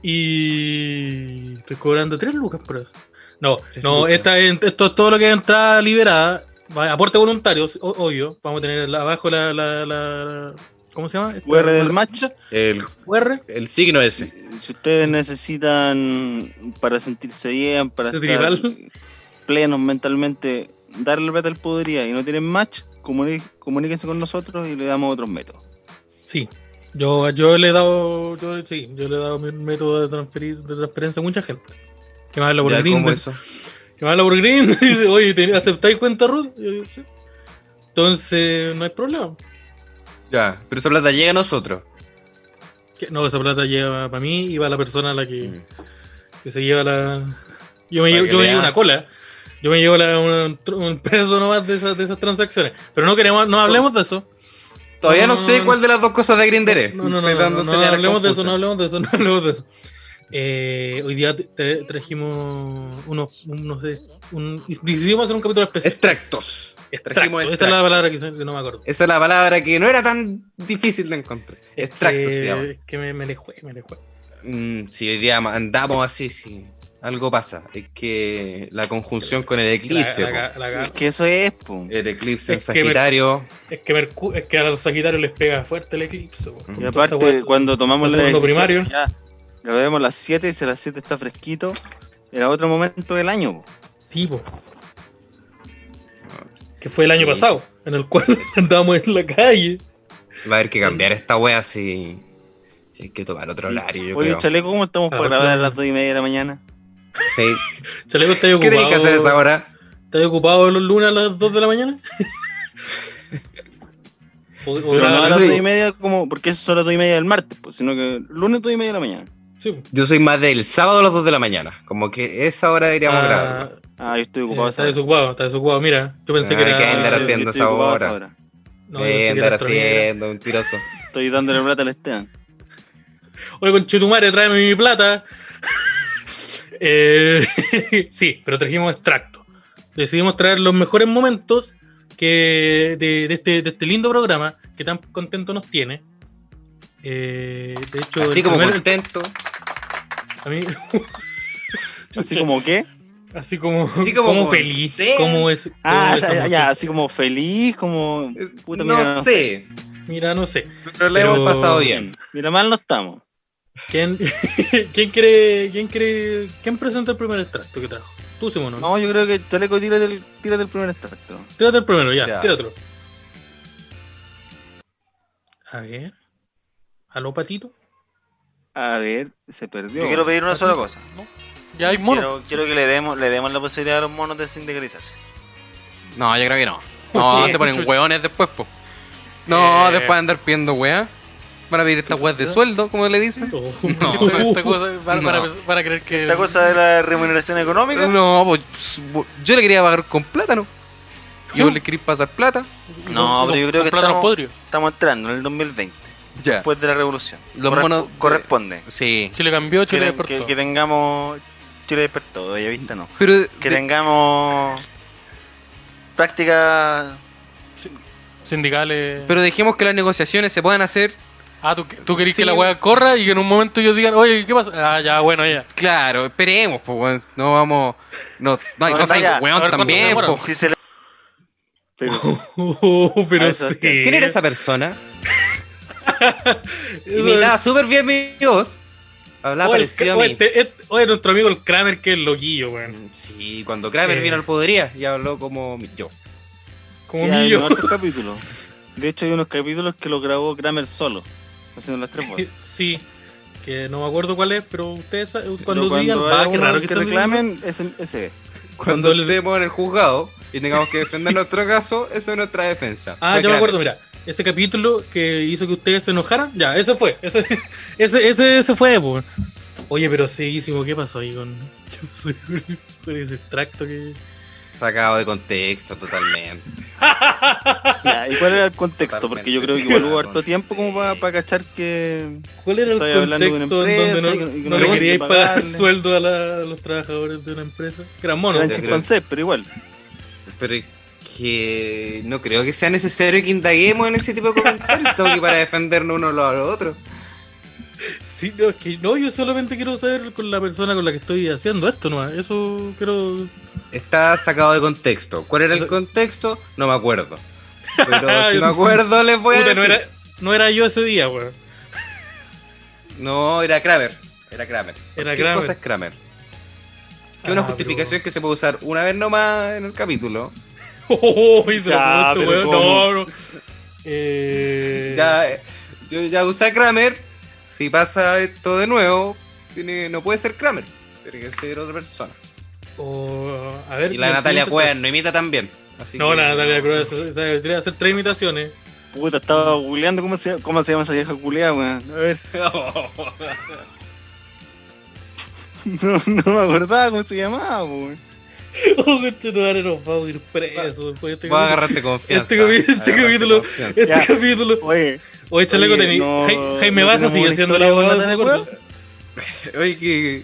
Speaker 3: Y estoy cobrando 3 lucas por eso. No, no,
Speaker 2: lucas.
Speaker 3: esta, es- esto es todo lo que es entrada liberada. Va- Aporte voluntarios, o- obvio. Vamos a tener la- abajo la, la, la- ¿Cómo se llama? Este, Esta-
Speaker 1: QR del macho.
Speaker 2: (laughs)
Speaker 1: eh,
Speaker 2: el,
Speaker 3: QR.
Speaker 2: el signo ese.
Speaker 1: Si ustedes necesitan para sentirse bien, para
Speaker 3: ¿De
Speaker 1: estar
Speaker 3: tribal?
Speaker 1: plenos mentalmente, darle plata al podería y no tienen match, comuni- comuníquense con nosotros y le damos otros métodos.
Speaker 3: Sí. Yo, yo le he dado. Yo, sí, yo le he dado mi método de, transferir, de transferencia a mucha gente. Que me habla por
Speaker 2: Ya, ¿cómo
Speaker 3: Grindr.
Speaker 2: eso?
Speaker 3: Que me habla por Grindr (laughs) y dice, oye, ¿te- ¿aceptáis cuenta Ruth? Yo digo, "Sí". Entonces, no hay problema.
Speaker 2: Ya, pero esa plata llega a nosotros.
Speaker 3: Que- No, esa plata llega para mí y va la persona a la que, que se lleva la. Yo me
Speaker 2: Para
Speaker 3: llevo,
Speaker 2: que
Speaker 3: yo me
Speaker 2: lea.
Speaker 3: llevo una cola. Yo me llevo la- un, un peso nomás de esas, de esas transacciones. Pero no queremos, no hablemos de eso.
Speaker 2: Todavía no,
Speaker 3: No, no,
Speaker 2: sé
Speaker 3: no.
Speaker 2: cuál de las dos cosas de Grindr es.
Speaker 3: No, no, no,
Speaker 2: Estoy
Speaker 3: no,
Speaker 2: dando
Speaker 3: no, no,
Speaker 2: señales
Speaker 3: hablemos de eso,
Speaker 2: confusas.
Speaker 3: no hablemos de eso, no hablemos de eso. Eh, hoy día te- te- trajimos unos, unos de- un- decidimos hacer un capítulo especial.
Speaker 2: Extractos.
Speaker 3: Extracto,
Speaker 2: trajimos
Speaker 3: Esa es la
Speaker 2: extracto.
Speaker 3: palabra que, se- que no me acuerdo.
Speaker 2: Esa es la palabra que no era tan difícil de encontrar.
Speaker 3: Es
Speaker 2: Extractos
Speaker 3: que,
Speaker 2: se llama.
Speaker 3: Este, es que me, me le jugué, me le jugué.
Speaker 2: Mm, si hoy día andamos así, sí. Algo pasa. Es que la conjunción con el eclipse.
Speaker 3: La- la-
Speaker 2: po.
Speaker 3: la- Eh,
Speaker 1: Es que eso es, po.
Speaker 2: El eclipse en
Speaker 3: Es que me-
Speaker 2: Sagitario.
Speaker 3: Es que, Mercu- es que a los Sagitarios les pega fuerte el eclipse. po.
Speaker 2: Y
Speaker 1: Y
Speaker 3: Puta, esta
Speaker 1: aparte,
Speaker 3: wea-
Speaker 1: cuando tomamos la
Speaker 3: Saturno
Speaker 1: decisión,
Speaker 3: primario.
Speaker 1: ya, ya lo vemos a las 7 y si a las 7 está fresquito, era otro momento del año. po.
Speaker 3: Sí, po. Que fue el año
Speaker 2: Sí.
Speaker 3: pasado, en el cual (laughs) andábamos en la calle.
Speaker 2: Va a haber que
Speaker 3: Mm.
Speaker 2: cambiar esta wea si, si hay que tomar otro horario. Yo
Speaker 1: Oye,
Speaker 2: creo.
Speaker 1: chaleco, ¿cómo estamos
Speaker 3: A
Speaker 1: para
Speaker 3: las ocho
Speaker 1: grabar a
Speaker 3: de la
Speaker 1: las 2 y media de la mañana?
Speaker 2: Sí.
Speaker 3: Chaleco, ¿estás
Speaker 2: ¿Qué
Speaker 3: ocupado?
Speaker 2: tenés que hacer a esa hora?
Speaker 3: ¿Estás ocupado los lunes a las 2 de la mañana?
Speaker 2: (laughs)
Speaker 3: o, o
Speaker 1: Pero no a
Speaker 3: grabamos-
Speaker 1: las
Speaker 2: sí.
Speaker 1: 2 y media, como, porque eso son las 2 y media del martes, po, sino que lunes 2 y media de la mañana.
Speaker 3: sí, po.
Speaker 2: Yo soy más del sábado a las 2 de la mañana. Como que esa hora deberíamos
Speaker 3: Ah,
Speaker 2: grabar.
Speaker 1: Ah, yo estoy
Speaker 3: eh,
Speaker 1: ocupado.
Speaker 3: está
Speaker 1: esa hora.
Speaker 3: desocupado, está desocupado. Mira, yo pensé
Speaker 2: Ah,
Speaker 3: que era.
Speaker 2: que andar
Speaker 1: Ah, yo
Speaker 2: haciendo
Speaker 1: estoy
Speaker 2: esa
Speaker 1: ocupado a esa
Speaker 2: hora.
Speaker 3: no, yo
Speaker 2: Eh,
Speaker 3: pensé que
Speaker 2: andar
Speaker 3: era astronauta.
Speaker 2: haciendo un tiroso.
Speaker 1: Estoy dándole plata al Esteban.
Speaker 3: Oye, con Chetumare, tráeme mi plata. (laughs) Eh, (laughs) sí, pero trajimos extracto. Decidimos traer los mejores momentos que de, de este, de este lindo programa que tan contento nos tiene. Eh, de hecho,
Speaker 2: Así
Speaker 3: el
Speaker 2: como
Speaker 3: primer-
Speaker 2: contento.
Speaker 3: a mí- (laughs)
Speaker 1: Así como qué?
Speaker 3: así como,
Speaker 2: Así como
Speaker 3: como
Speaker 2: con-
Speaker 3: feliz.
Speaker 2: Sí.
Speaker 3: Como es, como
Speaker 1: Ah,
Speaker 3: es
Speaker 1: ya, ya,
Speaker 3: hermoso.
Speaker 1: ya, así como feliz, como. Puta,
Speaker 2: Eh, no
Speaker 1: mira,
Speaker 2: sé,
Speaker 3: Mira, no sé.
Speaker 2: pero le
Speaker 3: Pero-
Speaker 2: hemos pasado bien.
Speaker 1: Mira, mal no estamos.
Speaker 3: ¿Quién, (laughs) ¿quién, quiere, quién, quiere, ¿Quién presenta el primer extracto que trajo? Tú, Simón. ¿no?
Speaker 1: No, yo creo que Chaleco, tírate el, tírate el primer extracto.
Speaker 3: Tírate el primero, ya,
Speaker 2: Ya.
Speaker 3: tíratelo. A ver. ¿Aló, patito?
Speaker 1: A ver, se perdió.
Speaker 4: Yo quiero pedir una sola cosa.
Speaker 3: Ya hay
Speaker 4: Quiero, quiero que le demos, le demos la posibilidad a los monos de sindicalizarse.
Speaker 2: Eh, No, yo creo que no. (laughs) No,
Speaker 3: qué?
Speaker 2: se ponen hueones después, po. No,
Speaker 3: Eh.
Speaker 2: después de andar pidiendo weá. Van a pedir estas weas de sueldo, como le dicen.
Speaker 3: (laughs)
Speaker 2: No,
Speaker 3: esta cosa, para, para-
Speaker 2: No.
Speaker 3: para creer que.
Speaker 4: Esta cosa de la remuneración económica.
Speaker 2: No, pues, pss, bo- yo le quería pagar con plátano. Yo le quería pasar plata.
Speaker 4: No, pero yo creo que
Speaker 3: Con plátanos
Speaker 4: estamos-
Speaker 3: podridos.
Speaker 4: Estamos entrando en el 2020,
Speaker 2: Ya.
Speaker 4: después de la revolución.
Speaker 2: Los
Speaker 4: Corre-
Speaker 2: monos de-
Speaker 4: Corresponde.
Speaker 2: Sí.
Speaker 3: Chile cambió, Chile
Speaker 4: Que,
Speaker 3: despertó.
Speaker 4: que- que tengamos. Chile despertó, Bellavista no.
Speaker 2: Pero de-
Speaker 4: Que tengamos. Práctica.
Speaker 3: Sindicales.
Speaker 2: pero dejemos que las negociaciones se puedan hacer.
Speaker 3: ah, tú, tú querés
Speaker 2: Sí.
Speaker 3: que la weá corra y que en un momento ellos digan, oye, ¿qué pasa? Ah, ya, bueno, ya.
Speaker 2: Claro, esperemos, po, weón. No vamos. No, no,
Speaker 4: No,
Speaker 2: no seas
Speaker 4: vaya,
Speaker 2: weón
Speaker 3: a ver cuánto
Speaker 2: también, pues.
Speaker 3: demora. (laughs)
Speaker 2: po.
Speaker 4: Si se le-
Speaker 2: (laughs)
Speaker 1: Pero-
Speaker 3: Uh, pero
Speaker 1: Ah,
Speaker 3: sí.
Speaker 1: eso es que-
Speaker 2: ¿Quién era esa persona?
Speaker 3: Eso es-
Speaker 2: Imitaba súper bien mi voz. Hablaba
Speaker 3: Oye, el-
Speaker 2: parecido a
Speaker 3: oye,
Speaker 2: mí.
Speaker 3: este- este- oye, nuestro amigo el Kramer, que es loquillo, weón.
Speaker 2: Sí, cuando Kramer
Speaker 3: Eh.
Speaker 2: vino al Podería y habló como yo.
Speaker 3: Como
Speaker 1: Sí, hay
Speaker 3: mío.
Speaker 1: unos capítulos. De hecho, hay unos capítulos que lo grabó Kramer solo, haciendo las tres voces.
Speaker 3: Sí, que no me acuerdo cuál es, pero ustedes sa- cuando,
Speaker 1: Pero
Speaker 3: digan,
Speaker 1: cuando
Speaker 3: "Ah,
Speaker 1: haya
Speaker 3: qué
Speaker 1: uno
Speaker 3: raro
Speaker 1: que
Speaker 3: están diciendo".
Speaker 1: reclamen, ese, ese es.
Speaker 2: Cuando
Speaker 3: Cuando le-
Speaker 2: estemos en el juzgado y tengamos que defender nuestro caso, eso es nuestra defensa.
Speaker 3: Ah,
Speaker 2: Fue
Speaker 3: yo me
Speaker 2: Kramer.
Speaker 3: acuerdo, mira, ese capítulo que hizo que ustedes se enojaran, ya, ese fue, ese, (laughs) ese, ese, ese fue, po. Oye, pero seguísimo, ¿qué pasó ahí con, (laughs) qué pasó ahí con- con ese extracto que...
Speaker 2: Sacado de contexto totalmente.
Speaker 1: Ya, ¿Y cuál era el contexto? Porque yo creo que igual hubo harto
Speaker 2: Totalmente.
Speaker 1: tiempo como para cachar que.
Speaker 3: ¿Cuál era el
Speaker 1: Estoy hablando de una
Speaker 3: contexto en
Speaker 1: empresa
Speaker 3: donde
Speaker 1: y que-
Speaker 3: no,
Speaker 1: y
Speaker 3: no
Speaker 1: que no
Speaker 3: le
Speaker 1: hay que
Speaker 3: queríais pagar
Speaker 1: pagarle?
Speaker 3: sueldo a, la- a los trabajadores de una empresa? Que eran monos.
Speaker 1: eran
Speaker 2: yo creo.
Speaker 1: chimpancés, pero igual.
Speaker 2: Pero es que no creo que sea necesario que indaguemos en ese tipo de comentarios. Estamos aquí para defendernos uno a los otros.
Speaker 3: Sí, no, es que no, yo solamente quiero saber con la persona con la que estoy haciendo esto nomás, eso quiero...
Speaker 2: Está sacado de contexto. ¿Cuál era el contexto? No me acuerdo.
Speaker 3: (laughs)
Speaker 2: Pero si me acuerdo, les voy a
Speaker 3: Puta,
Speaker 2: decir.
Speaker 3: no era, no era yo ese día, weón.
Speaker 2: No, era Kramer. Era Kramer. Cualquier
Speaker 3: Kramer.
Speaker 2: cosa es Kramer. Que es una
Speaker 3: Ah,
Speaker 2: justificación
Speaker 3: (laughs)
Speaker 2: que se puede usar una vez nomás en el capítulo.
Speaker 3: pero- Oh, y se lo
Speaker 1: Ya,
Speaker 3: pregunto,
Speaker 1: pero
Speaker 3: weón.
Speaker 1: ¿cómo?
Speaker 3: No, no. Eh,
Speaker 2: Ya, eh, yo ya usé a Kramer. Si pasa esto de nuevo, tiene- no puede ser Kramer. Tiene que ser otra persona.
Speaker 3: o, a ver,
Speaker 2: Y la
Speaker 3: el
Speaker 2: Natalia
Speaker 3: siguiente-
Speaker 2: Cuevas no imita también. así
Speaker 3: No,
Speaker 2: que-
Speaker 3: la Natalia Cuevas se- se- debería hacer tres
Speaker 2: (laughs)
Speaker 3: imitaciones.
Speaker 1: Puta, estaba googleando cómo se, cómo se llama esa vieja culeada, weón. A
Speaker 3: (laughs)
Speaker 1: ver, no, no me acordaba cómo se llamaba, weón.
Speaker 3: Oh, conche tu madre, nos vamos a ir presos después de este
Speaker 2: Voy a
Speaker 3: capítulo.
Speaker 2: agarrarte confianza.
Speaker 3: Este capi- este
Speaker 2: Agárrate
Speaker 3: capítulo-
Speaker 2: confianza.
Speaker 3: Este
Speaker 1: Ya.
Speaker 3: capítulo.
Speaker 1: Oye, (laughs)
Speaker 3: Oye, chaleco,
Speaker 1: Oye,
Speaker 3: tení.
Speaker 1: no-
Speaker 3: Jai- Jaime
Speaker 1: no
Speaker 3: Baza
Speaker 1: tenemos
Speaker 3: sigue
Speaker 1: una
Speaker 3: haciendo la
Speaker 1: historia
Speaker 3: abogada
Speaker 1: buena
Speaker 3: de
Speaker 1: de
Speaker 3: Concordia.
Speaker 2: Oye, que.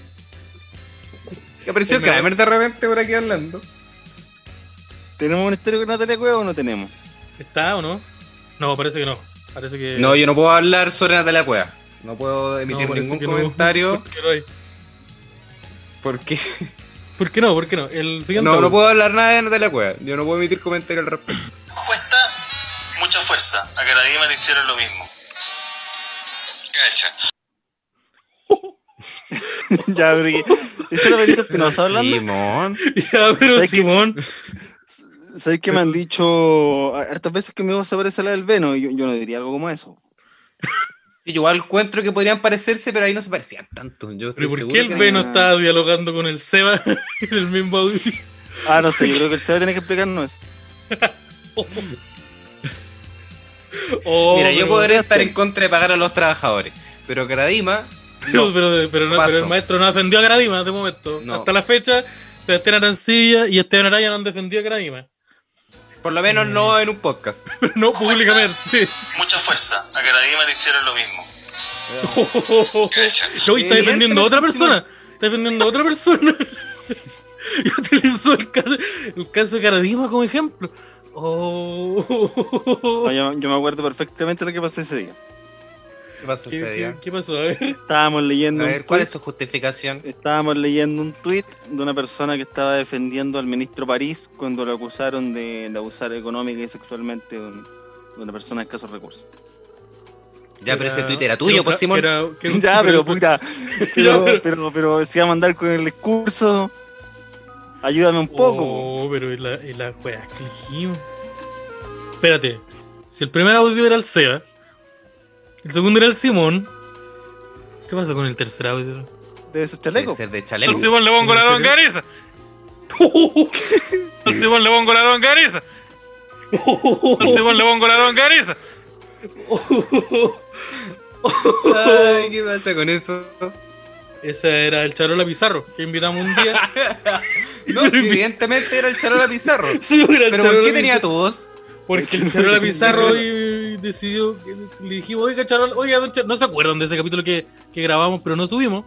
Speaker 2: que apareció
Speaker 3: Es mejor.
Speaker 2: Kramer de repente por aquí hablando.
Speaker 1: ¿tenemos un historia con Natalia Cueva o no tenemos?
Speaker 3: ¿Está o no? No, parece que no. Parece que.
Speaker 2: No, yo no puedo hablar sobre Natalia Cueva. No puedo
Speaker 3: Eh. No,
Speaker 2: emitir
Speaker 3: parece
Speaker 2: ningún
Speaker 3: que no. (laughs)
Speaker 2: comentario
Speaker 3: ¿Por qué no hay? (laughs)
Speaker 2: porque
Speaker 3: ¿Por qué no? ¿Por qué no? El siguiente.
Speaker 2: no, no
Speaker 3: audio.
Speaker 2: puedo hablar nada de Natalia Cueva. Yo no puedo emitir comentario al respecto.
Speaker 5: cuesta mucha fuerza. A Karadima le hicieron lo mismo. Cacha.
Speaker 1: ya, pero que- ¿Eso
Speaker 3: (laughs)
Speaker 1: era Benito Espinosa hablando?
Speaker 2: Simón.
Speaker 3: (laughs) Ya, pero
Speaker 1: ¿Sabes qué?
Speaker 3: Simón.
Speaker 1: ¿Sabes que me han dicho hartas veces que mi voz se parece a la del Veno? Y yo, yo no diría algo como eso.
Speaker 2: Sí, yo igual encuentro que podrían parecerse, pero ahí no se parecían tanto. Yo estoy
Speaker 3: ¿Pero por qué
Speaker 2: seguro
Speaker 3: el
Speaker 2: que-
Speaker 3: B no está dialogando con el Seba (laughs) en el mismo audio?
Speaker 1: Ah, no sé, yo creo que el Seba tiene que explicarnos eso.
Speaker 3: Oh,
Speaker 2: Mira, yo
Speaker 3: pero-
Speaker 2: podría estar en contra de pagar a los trabajadores, pero Karadima.
Speaker 3: Pero, pero, pero no-
Speaker 2: paso.
Speaker 3: pero el maestro no defendió a Gradima de momento.
Speaker 2: No.
Speaker 3: Hasta la fecha, Sebastián Arancilla y Esteban Araya no han defendido a Gradima.
Speaker 2: Por lo menos no en un podcast.
Speaker 3: (laughs) Pero no públicamente.
Speaker 5: Mucha fuerza. A Karadima le hicieron lo
Speaker 3: (laughs)
Speaker 5: mismo. Cacha.
Speaker 3: No, y
Speaker 2: Evidentemente,
Speaker 3: está defendiendo a otra
Speaker 2: Simón.
Speaker 3: persona. Está defendiendo a otra persona. (laughs) y utilizó el caso, el caso de Gradima como ejemplo.
Speaker 1: No,
Speaker 3: Oh.
Speaker 1: yo, yo me acuerdo perfectamente lo que pasó ese día.
Speaker 2: ¿Qué pasó
Speaker 3: ¿Qué,
Speaker 2: ese
Speaker 3: qué,
Speaker 2: día?
Speaker 3: qué pasó? A ver.
Speaker 1: Estábamos
Speaker 2: A
Speaker 1: leyendo, un
Speaker 2: ver, ¿cuál
Speaker 1: tuit-
Speaker 2: es su justificación?
Speaker 1: estábamos leyendo un tweet de una persona que estaba defendiendo al ministro París cuando lo acusaron de, de abusar económica y sexualmente de un- de una persona de escasos recursos.
Speaker 2: Ya, pero ese
Speaker 3: Era-
Speaker 2: Twitter era
Speaker 3: que
Speaker 2: tuyo,
Speaker 3: era-
Speaker 2: pues Simón.
Speaker 3: que era-
Speaker 1: (laughs)
Speaker 3: que era-
Speaker 1: Ya, pero puta. Pero,
Speaker 3: pero-
Speaker 1: pero, pero si vamos a andar con el discurso, ayúdame un poco. po.
Speaker 3: Oh, pero y la, y la weá que elegimos. Espérate. Si el primer audio era el Seba, el segundo era el Simón. ¿Qué pasa con el tercer audio?
Speaker 1: De sus
Speaker 2: Debe
Speaker 1: chalecos.
Speaker 2: ser de
Speaker 6: Al
Speaker 2: chaleco.
Speaker 6: Simón le pongo la
Speaker 3: ¿En serio? (laughs)
Speaker 6: longaniza. Al Simón le pongo la longaniza. Al Simón le pongo la longaniza.
Speaker 2: Ay, ¿qué pasa con (laughs) eso?
Speaker 3: Ese era el Charola Pizarro, que invitamos un
Speaker 2: (laughs)
Speaker 3: día.
Speaker 2: No, sí, evidentemente era el Charola Pizarro.
Speaker 3: Sí, era (laughs) el
Speaker 2: Pero ¿por
Speaker 3: Charola
Speaker 2: qué tenía
Speaker 3: Pizarro.
Speaker 2: tu voz?
Speaker 3: Porque
Speaker 1: (laughs)
Speaker 3: el Charola Pizarro hoy decidió, que- le dijimos, oiga Charola, oiga, don Char-". no se acuerdan de ese capítulo que, que grabamos, pero no subimos,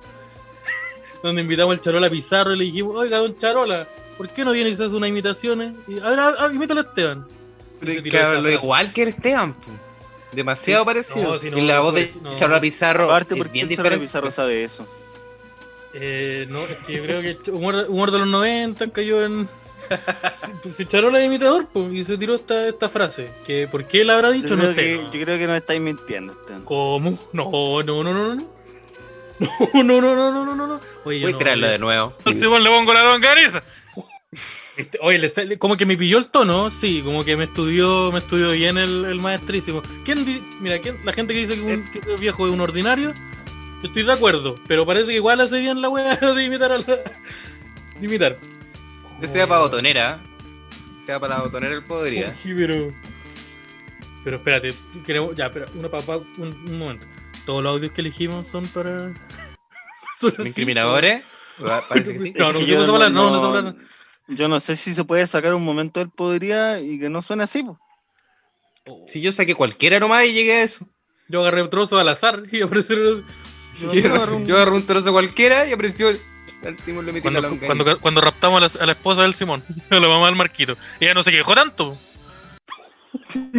Speaker 3: (laughs) donde invitamos al Charola Pizarro y le dijimos, oiga, don Charola, ¿por qué no viene y se hace unas imitaciones? Y, a ver, a, a- imítalo a Esteban.
Speaker 2: Pero
Speaker 3: Y se
Speaker 2: es
Speaker 3: tiró
Speaker 2: que
Speaker 3: esa
Speaker 2: hablo
Speaker 3: frase.
Speaker 2: igual que el Esteban. po. Demasiado
Speaker 3: Sí.
Speaker 2: parecido.
Speaker 3: No, sí, no,
Speaker 2: y la
Speaker 3: no,
Speaker 2: voz de
Speaker 3: sí, no.
Speaker 2: Charola Pizarro
Speaker 1: Aparte,
Speaker 2: es
Speaker 1: porque
Speaker 2: bien
Speaker 1: el Charlie
Speaker 2: diferente.
Speaker 1: Pizarro sabe eso?
Speaker 3: Eh, no, es que yo creo que (laughs) el humor, humor de los 90 cayó en... (laughs) Si, pues, si Charola es imitador, pues, y se tiró esta, esta frase, que ¿por qué la habrá dicho?
Speaker 1: Yo
Speaker 3: No
Speaker 1: creo,
Speaker 3: sé.
Speaker 1: que,
Speaker 3: ¿no?
Speaker 1: yo creo que nos estáis mintiendo. Esteban.
Speaker 3: ¿Cómo? No, no, no, no, (laughs) no. No, no, no, no, no, no, no, no. Oye, yo
Speaker 2: Voy a
Speaker 3: no,
Speaker 2: traerlo
Speaker 3: oye.
Speaker 2: de nuevo.
Speaker 6: Al Simón le pongo la longaniza.
Speaker 3: Este, Oye, le sale- como que me pilló el tono, sí, como que me estudió, me estudió bien el, el maestrísimo. ¿Quién di- mira, ¿quién- la gente que dice que,
Speaker 6: Eh.
Speaker 3: un, que ese viejo es un ordinario, yo estoy de acuerdo, pero parece que igual hace bien la wea (laughs) de imitar a la. de imitar.
Speaker 2: Que sea para botonera. Que sea para la botonera el podría.
Speaker 3: Uy, pero. Pero espérate, queremos. Ya, pero una papá, un, un momento. Todos los audios que elegimos son para. (laughs) son
Speaker 2: ¿Me
Speaker 3: así,
Speaker 2: incriminadores?
Speaker 3: pues.
Speaker 2: Va- Parece que sí.
Speaker 1: (laughs)
Speaker 3: No, no
Speaker 1: Es que
Speaker 3: se
Speaker 1: yo
Speaker 3: puso hablar, no, no se hablar.
Speaker 1: Yo no sé si se puede sacar un momento del podría y que no suene así. po.
Speaker 2: Si yo saqué cualquiera nomás y llegué a eso.
Speaker 3: Yo agarré trozos al azar y (laughs) aparecieron.
Speaker 1: Yo,
Speaker 2: Yo
Speaker 1: yo agarro un-
Speaker 2: yo agarré un trozo cualquiera y apareció el al Simón le metí la
Speaker 6: Cuando,
Speaker 2: longaniza.
Speaker 6: cuando, cuando raptamos a la, a la esposa del Simón, (laughs) a la mamá del Marquito. Ella no se quejó tanto.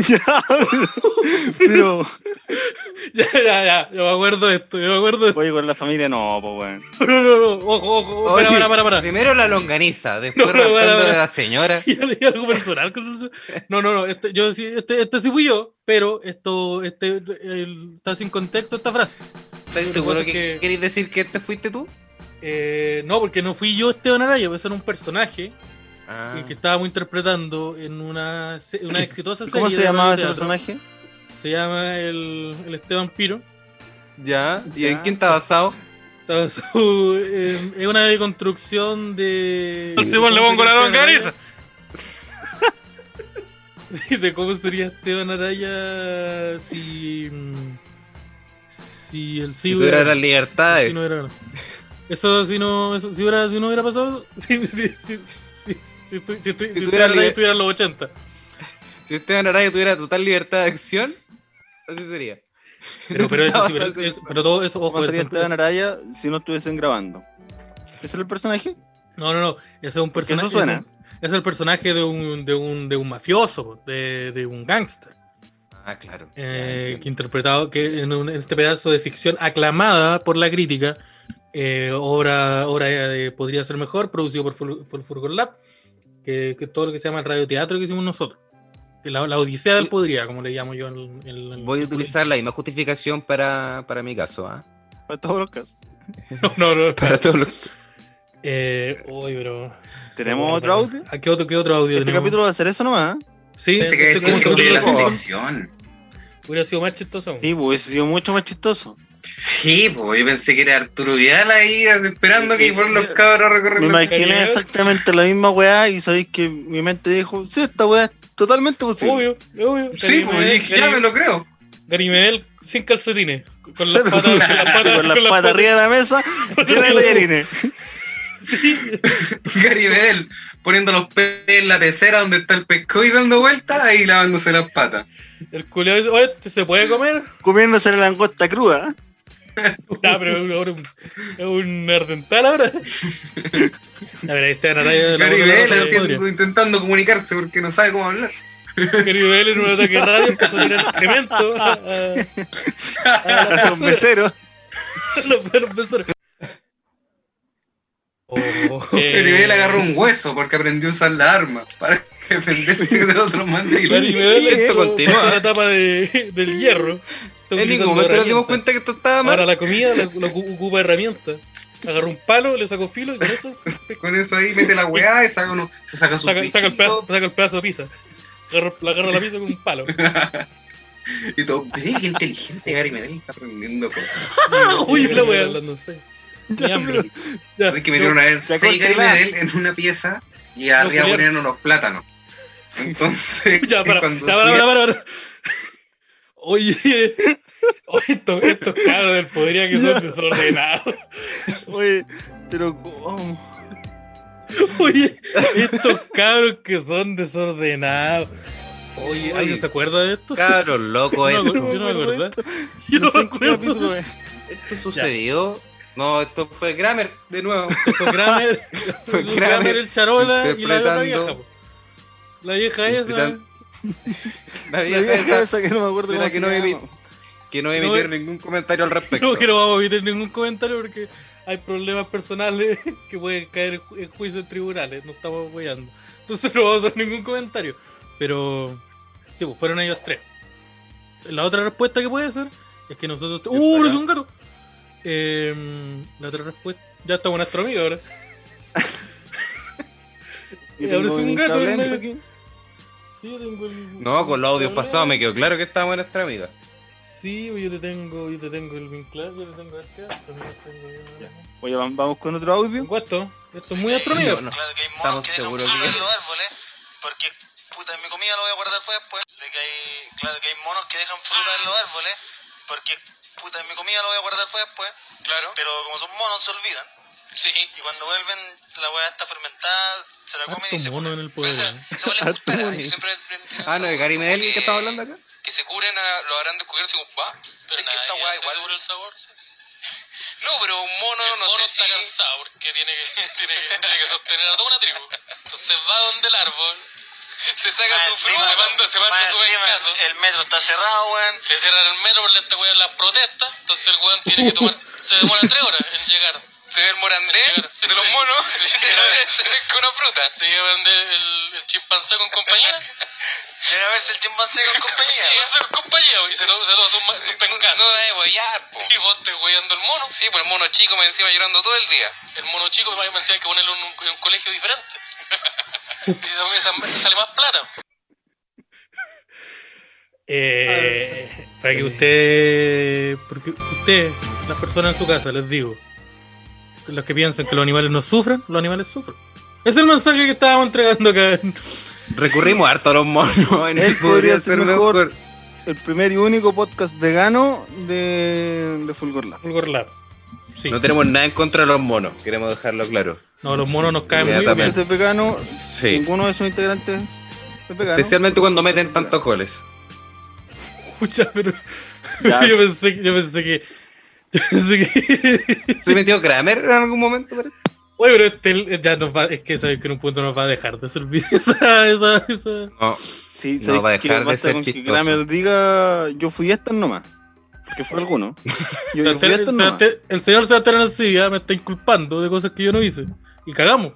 Speaker 1: Ya, pero,
Speaker 3: (laughs) Ya, ya, ya. Yo me acuerdo de esto, yo me acuerdo de esto. (laughs)
Speaker 1: oye, con la familia no, pues, weón.
Speaker 3: No, no, no. Ojo, ojo.
Speaker 2: Oye,
Speaker 3: Para, para, para. para. (laughs)
Speaker 2: Primero la longaniza, después
Speaker 3: No, no,
Speaker 2: raptándole
Speaker 3: para, para.
Speaker 2: a la señora.
Speaker 3: Y ahora hay algo personal con eso. No, no, no. Este, yo, sí- este, este sí fui yo, pero esto este, el- está sin contexto esta frase.
Speaker 2: ¿Estás
Speaker 3: Lo que
Speaker 2: seguro
Speaker 3: pasa
Speaker 2: que,
Speaker 3: es que-
Speaker 2: queréis decir que este fuiste tú?
Speaker 3: Eh, no, porque no fui yo Esteban Araya, ese era un personaje
Speaker 2: Ah.
Speaker 3: el que estábamos interpretando en una, se- una exitosa
Speaker 1: ¿Y
Speaker 3: serie.
Speaker 1: ¿Cómo se
Speaker 3: de
Speaker 1: llamaba ese
Speaker 3: radioteatro.
Speaker 1: personaje?
Speaker 3: Se llama el, el Esteban Piro.
Speaker 2: Ya, ¿y en
Speaker 1: Ya.
Speaker 2: quién está basado?
Speaker 3: Entonces, (laughs) uh, eh, es una deconstrucción de.
Speaker 6: Al Simón le pongo la longaniza.
Speaker 3: Sí, (laughs) de cómo sería Esteban Araya si. mm, Si el sí
Speaker 2: Si tuviera
Speaker 3: hubiera.
Speaker 2: las libertades.
Speaker 3: (laughs) si no hubiera- Eso si no. Eso, si, hubiera, si no hubiera pasado. Si, si, si- Si, si, estu- si, estu- si
Speaker 2: tuviera
Speaker 3: tuviera la radio,
Speaker 2: liber-
Speaker 3: tuviera los 80.
Speaker 2: Si Esteban Araya tuviera total libertad de acción, así sería.
Speaker 3: Pero, pero, eso,
Speaker 2: Necesitaba
Speaker 3: sí, pero,
Speaker 2: hacer-
Speaker 3: es- pero todo eso, ojo,
Speaker 1: ¿Cómo sería
Speaker 3: eso-
Speaker 1: Esteban Araya si no estuviesen grabando? ¿Ese es el personaje?
Speaker 3: No, no, no. Ese es un personaje.
Speaker 1: eso suena.
Speaker 3: ese Es el personaje de un, de un, de un mafioso, de, de un gángster.
Speaker 2: Ah, claro. Ya,
Speaker 3: eh, que
Speaker 2: entiendo.
Speaker 3: interpretado que en, un- en este pedazo de ficción aclamada por la crítica, eh, obra, obra de Podría ser mejor, producido por, Ful- por Fulgor Lab, que, que todo lo que se llama el radioteatro que hicimos nosotros. Que La, la Odisea del
Speaker 2: Voy-
Speaker 3: Podría, como le llamo yo. En, el- en el-
Speaker 2: Voy a utilizar la misma justificación para, para mi caso, ¿ah?
Speaker 1: Para todos los casos.
Speaker 3: (laughs) No, no, no.
Speaker 2: Para todos los...
Speaker 3: Eh, uy, pero.
Speaker 1: ¿Tenemos
Speaker 3: pero-
Speaker 1: otro audio?
Speaker 3: ¿A qué otro, qué otro audio
Speaker 1: Este
Speaker 3: tenemos?
Speaker 1: capítulo va a ser eso nomás. ¿eh?
Speaker 3: Sí,
Speaker 7: Pensé que
Speaker 3: este
Speaker 7: decía
Speaker 3: como
Speaker 7: que de la
Speaker 3: capítulo-
Speaker 7: selección.
Speaker 3: Hubiera sido más chistoso.
Speaker 1: Sí, pues hubiese sido mucho más chistoso.
Speaker 7: Sí, pues yo pensé que era Arturo Vidal ahí esperando que fueran los cabros a recorrer
Speaker 1: Me
Speaker 7: la
Speaker 1: imaginé
Speaker 7: escalera.
Speaker 1: exactamente la misma weá y sabéis que mi mente dijo, sí, esta weá es totalmente posible.
Speaker 3: Obvio, obvio.
Speaker 7: Sí, pues yo
Speaker 3: Garimedel,
Speaker 7: dije, ya me lo creo. (laughs)
Speaker 3: Garimedel sin calcetines. Con las
Speaker 1: Sí,
Speaker 3: patas, con las patas,
Speaker 1: (laughs) Sí, con las
Speaker 3: con las
Speaker 1: patas arriba de la mesa, llena de tallarines.
Speaker 7: Garibel poniendo los pies en la pecera donde está el pescado y dando vueltas y lavándose las patas.
Speaker 3: (laughs) El culiao dice, oye, ¿esto ¿se puede comer?
Speaker 1: Comiéndose la langosta cruda.
Speaker 3: No, pero es un- ahora un, es un ardental ahora. A ver, ahí está Naraya de la
Speaker 7: Garibel haciendo, intentando comunicarse porque no sabe cómo hablar.
Speaker 3: Garibel en un ataque de radio empezó a tirar excremento a, a- (laughs) a la
Speaker 1: A los
Speaker 3: basura.
Speaker 1: meseros.
Speaker 3: A los- a los meseros. Oh, eh,
Speaker 7: Garibel agarró un hueso porque aprendió a usar la arma para (laughs) defenderse de otros mandiles.
Speaker 3: Garibel,
Speaker 1: Sí,
Speaker 3: esto
Speaker 2: eh,
Speaker 3: continúa.
Speaker 2: pasó
Speaker 3: la etapa de, del hierro. Está
Speaker 2: En ningún
Speaker 3: utilizando
Speaker 2: momento nos
Speaker 3: herramientas.
Speaker 2: dimos cuenta que esto estaba mal.
Speaker 3: Ahora la comida la, la ocu- ocupa herramienta. Agarró un palo, le sacó filo y con eso
Speaker 7: Con eso ahí mete la weá y saca uno, se saca su
Speaker 3: saca, saca el
Speaker 7: pichito
Speaker 3: pedazo, saca el pedazo de pizza. Agarra, la agarra la pizza con un palo.
Speaker 7: y todo. Ve, qué inteligente Garibel está aprendiendo cosas.
Speaker 3: Uy, la wea. No sé. Ni hambre. Ya,
Speaker 7: Así que metieron a él
Speaker 1: sacó
Speaker 7: seis
Speaker 1: el telar.
Speaker 7: Garibel en una pieza y arriba
Speaker 3: culiaron.
Speaker 7: ponían unos plátanos. Entonces,
Speaker 3: (laughs) (laughs) Ya, para, ya,
Speaker 7: cuando
Speaker 3: para, para, para, para. (laughs) Oye, (laughs) oye estos, estos cabros del podría que son desordenados.
Speaker 1: Oye, pero oh, ¿cómo?
Speaker 3: Oye, estos cabros que son desordenados. Oye, ¿alguien se acuerda de esto?
Speaker 2: Cabros loco
Speaker 3: Yo
Speaker 2: esto.
Speaker 3: (laughs) no me acuerdo de esto. Yo
Speaker 1: No
Speaker 3: no
Speaker 1: sé
Speaker 3: me
Speaker 1: en qué
Speaker 3: acuerdo.
Speaker 1: capítulo es.
Speaker 2: Esto sucedió. No, esto fue Grammer de nuevo.
Speaker 3: Fue Kramer,
Speaker 2: Fue
Speaker 3: fue
Speaker 2: Kramer
Speaker 3: Kramer, el charola y la
Speaker 2: interpretando-
Speaker 3: otra vieja. po. La vieja esa.
Speaker 2: Interpretan- La
Speaker 1: La
Speaker 2: vida
Speaker 1: vieja
Speaker 2: es esa
Speaker 1: esa que no me
Speaker 2: de
Speaker 1: acuerdo
Speaker 2: la
Speaker 1: cómo
Speaker 2: que
Speaker 1: se
Speaker 2: no
Speaker 1: llama.
Speaker 2: viví. que no voy a
Speaker 3: No,
Speaker 2: emitir
Speaker 3: eh.
Speaker 2: ningún comentario al respecto.
Speaker 3: No, que no vamos a emitir ningún comentario porque hay problemas personales (laughs) que pueden caer en ju- en juicio en tribunales. No estamos apoyando. Entonces (laughs) no vamos a hacer ningún comentario. Pero sí, pues fueron ellos tres. La otra respuesta que puede ser es que nosotros. ¡Uh, pero es un gato! Em, la otra respuesta. Ya estamos nuestro amigo ahora.
Speaker 1: Yo
Speaker 3: Ahora es
Speaker 1: tengo
Speaker 3: un
Speaker 1: un
Speaker 3: gato. en
Speaker 1: cablenzo
Speaker 3: medio.
Speaker 1: aquí.
Speaker 3: Sí, tengo el-
Speaker 2: No, con los audios
Speaker 3: el-
Speaker 2: pasados me quedó claro que estábamos en nuestra amiga.
Speaker 3: Sí, pues, yo te tengo, yo te tengo el vinculado, yo te tengo el que también tengo yo.
Speaker 1: Oye, vam- vamos con otro audio.
Speaker 3: Guato, esto es muy astronómico.
Speaker 2: No, no.
Speaker 5: Claro que hay
Speaker 2: Estamos
Speaker 5: monos que tienen un
Speaker 2: seguros
Speaker 5: filo
Speaker 2: que-
Speaker 5: en los árboles, porque puta, mi comida lo voy a guardar para después. De que hay, claro que hay monos que dejan fruta en los árboles, porque puta, mi comida lo voy a guardar para después. Claro. Pero como son monos, se olvidan. Sí. Y cuando vuelven, la weá está fermentada, se la come y dice.
Speaker 3: Harto mono en el
Speaker 8: O
Speaker 3: poder.
Speaker 8: sea,
Speaker 3: ¿eh?
Speaker 8: eso
Speaker 2: (laughs)
Speaker 8: vale gustar,
Speaker 1: Atún.
Speaker 8: yo siempre siempre-
Speaker 2: Ah, no, el Gary Medel que estaba hablando acá.
Speaker 8: Que se ah, cubren a los habrán descubierto y va. Pero es que esta guay igual. el sabor. No, pero un mono no sé si... está cansado porque tiene que, (laughs) tiene, que, tiene que sostener a toda una tribu. Entonces va donde el árbol, se saca
Speaker 5: Más
Speaker 8: su
Speaker 5: encima,
Speaker 8: fruta, se manda, se
Speaker 5: más
Speaker 8: manda su
Speaker 5: encima,
Speaker 8: pescazo.
Speaker 5: el metro está cerrado, weón.
Speaker 8: Le cierran el metro por esta weá las protestas, entonces el weón tiene que tomar. Se demora tres horas en llegar. Se ve el morandé de los monos y se, ve- (laughs) se ve con una fruta. Se llevan el, el chimpancé con (laughs) compañía.
Speaker 5: Debe haberse el chimpancé con compañía.
Speaker 8: Sí, eso es compañía, güey. Se toma, se toma sus, ma- sus pencadas. No da de huellar, po. Y vos te huellando el mono. Sí, pues el mono chico me encima llorando todo el día. El mono chico me encima hay que ponerlo en un, en un colegio (laughs) diferente. y esa- esa- sale más plata.
Speaker 3: (laughs) Eh, para que usted, porque usted, las personas en su casa, les digo, los que piensan que los animales no sufren, los animales sufren. Es el mensaje que estábamos entregando acá.
Speaker 2: Recurrimos harto a los monos. En
Speaker 1: Él
Speaker 2: el podría ser mejor.
Speaker 1: El primer y único podcast vegano de, de Fulgor Lab.
Speaker 3: Fulgor Lab. Sí.
Speaker 2: No tenemos nada en contra de los monos, queremos dejarlo claro.
Speaker 3: No, los monos nos caen
Speaker 2: Ya,
Speaker 3: muy
Speaker 2: también.
Speaker 3: bien.
Speaker 1: Ese Este es vegano,
Speaker 2: Sí.
Speaker 1: ninguno de sus integrantes es vegano.
Speaker 2: Especialmente cuando meten tantos goles.
Speaker 3: (laughs) Pucha, pero
Speaker 1: Ya.
Speaker 3: (laughs) yo, pensé, que- yo pensé que. Yo pensé que.
Speaker 2: (laughs) ¿Se metió Kramer en algún momento, parece?
Speaker 3: Oye, pero este ya nos va. Es que sabes que en un punto nos va a dejar de servir (laughs) esa. esa, esa.
Speaker 2: No.
Speaker 1: Sí,
Speaker 2: No,
Speaker 1: ¿sabes
Speaker 2: va a
Speaker 1: qué?
Speaker 2: dejar de
Speaker 1: Basta
Speaker 2: ser
Speaker 1: con
Speaker 2: chistoso.
Speaker 1: Que Kramer diga, yo fui estos nomás. Que fue alguno. Yo, yo fui
Speaker 3: Sebastián-
Speaker 1: estos nomás.
Speaker 3: Sebastián- el señor Sebastián Arancibia me está inculpando de cosas que yo no hice. Y cagamos.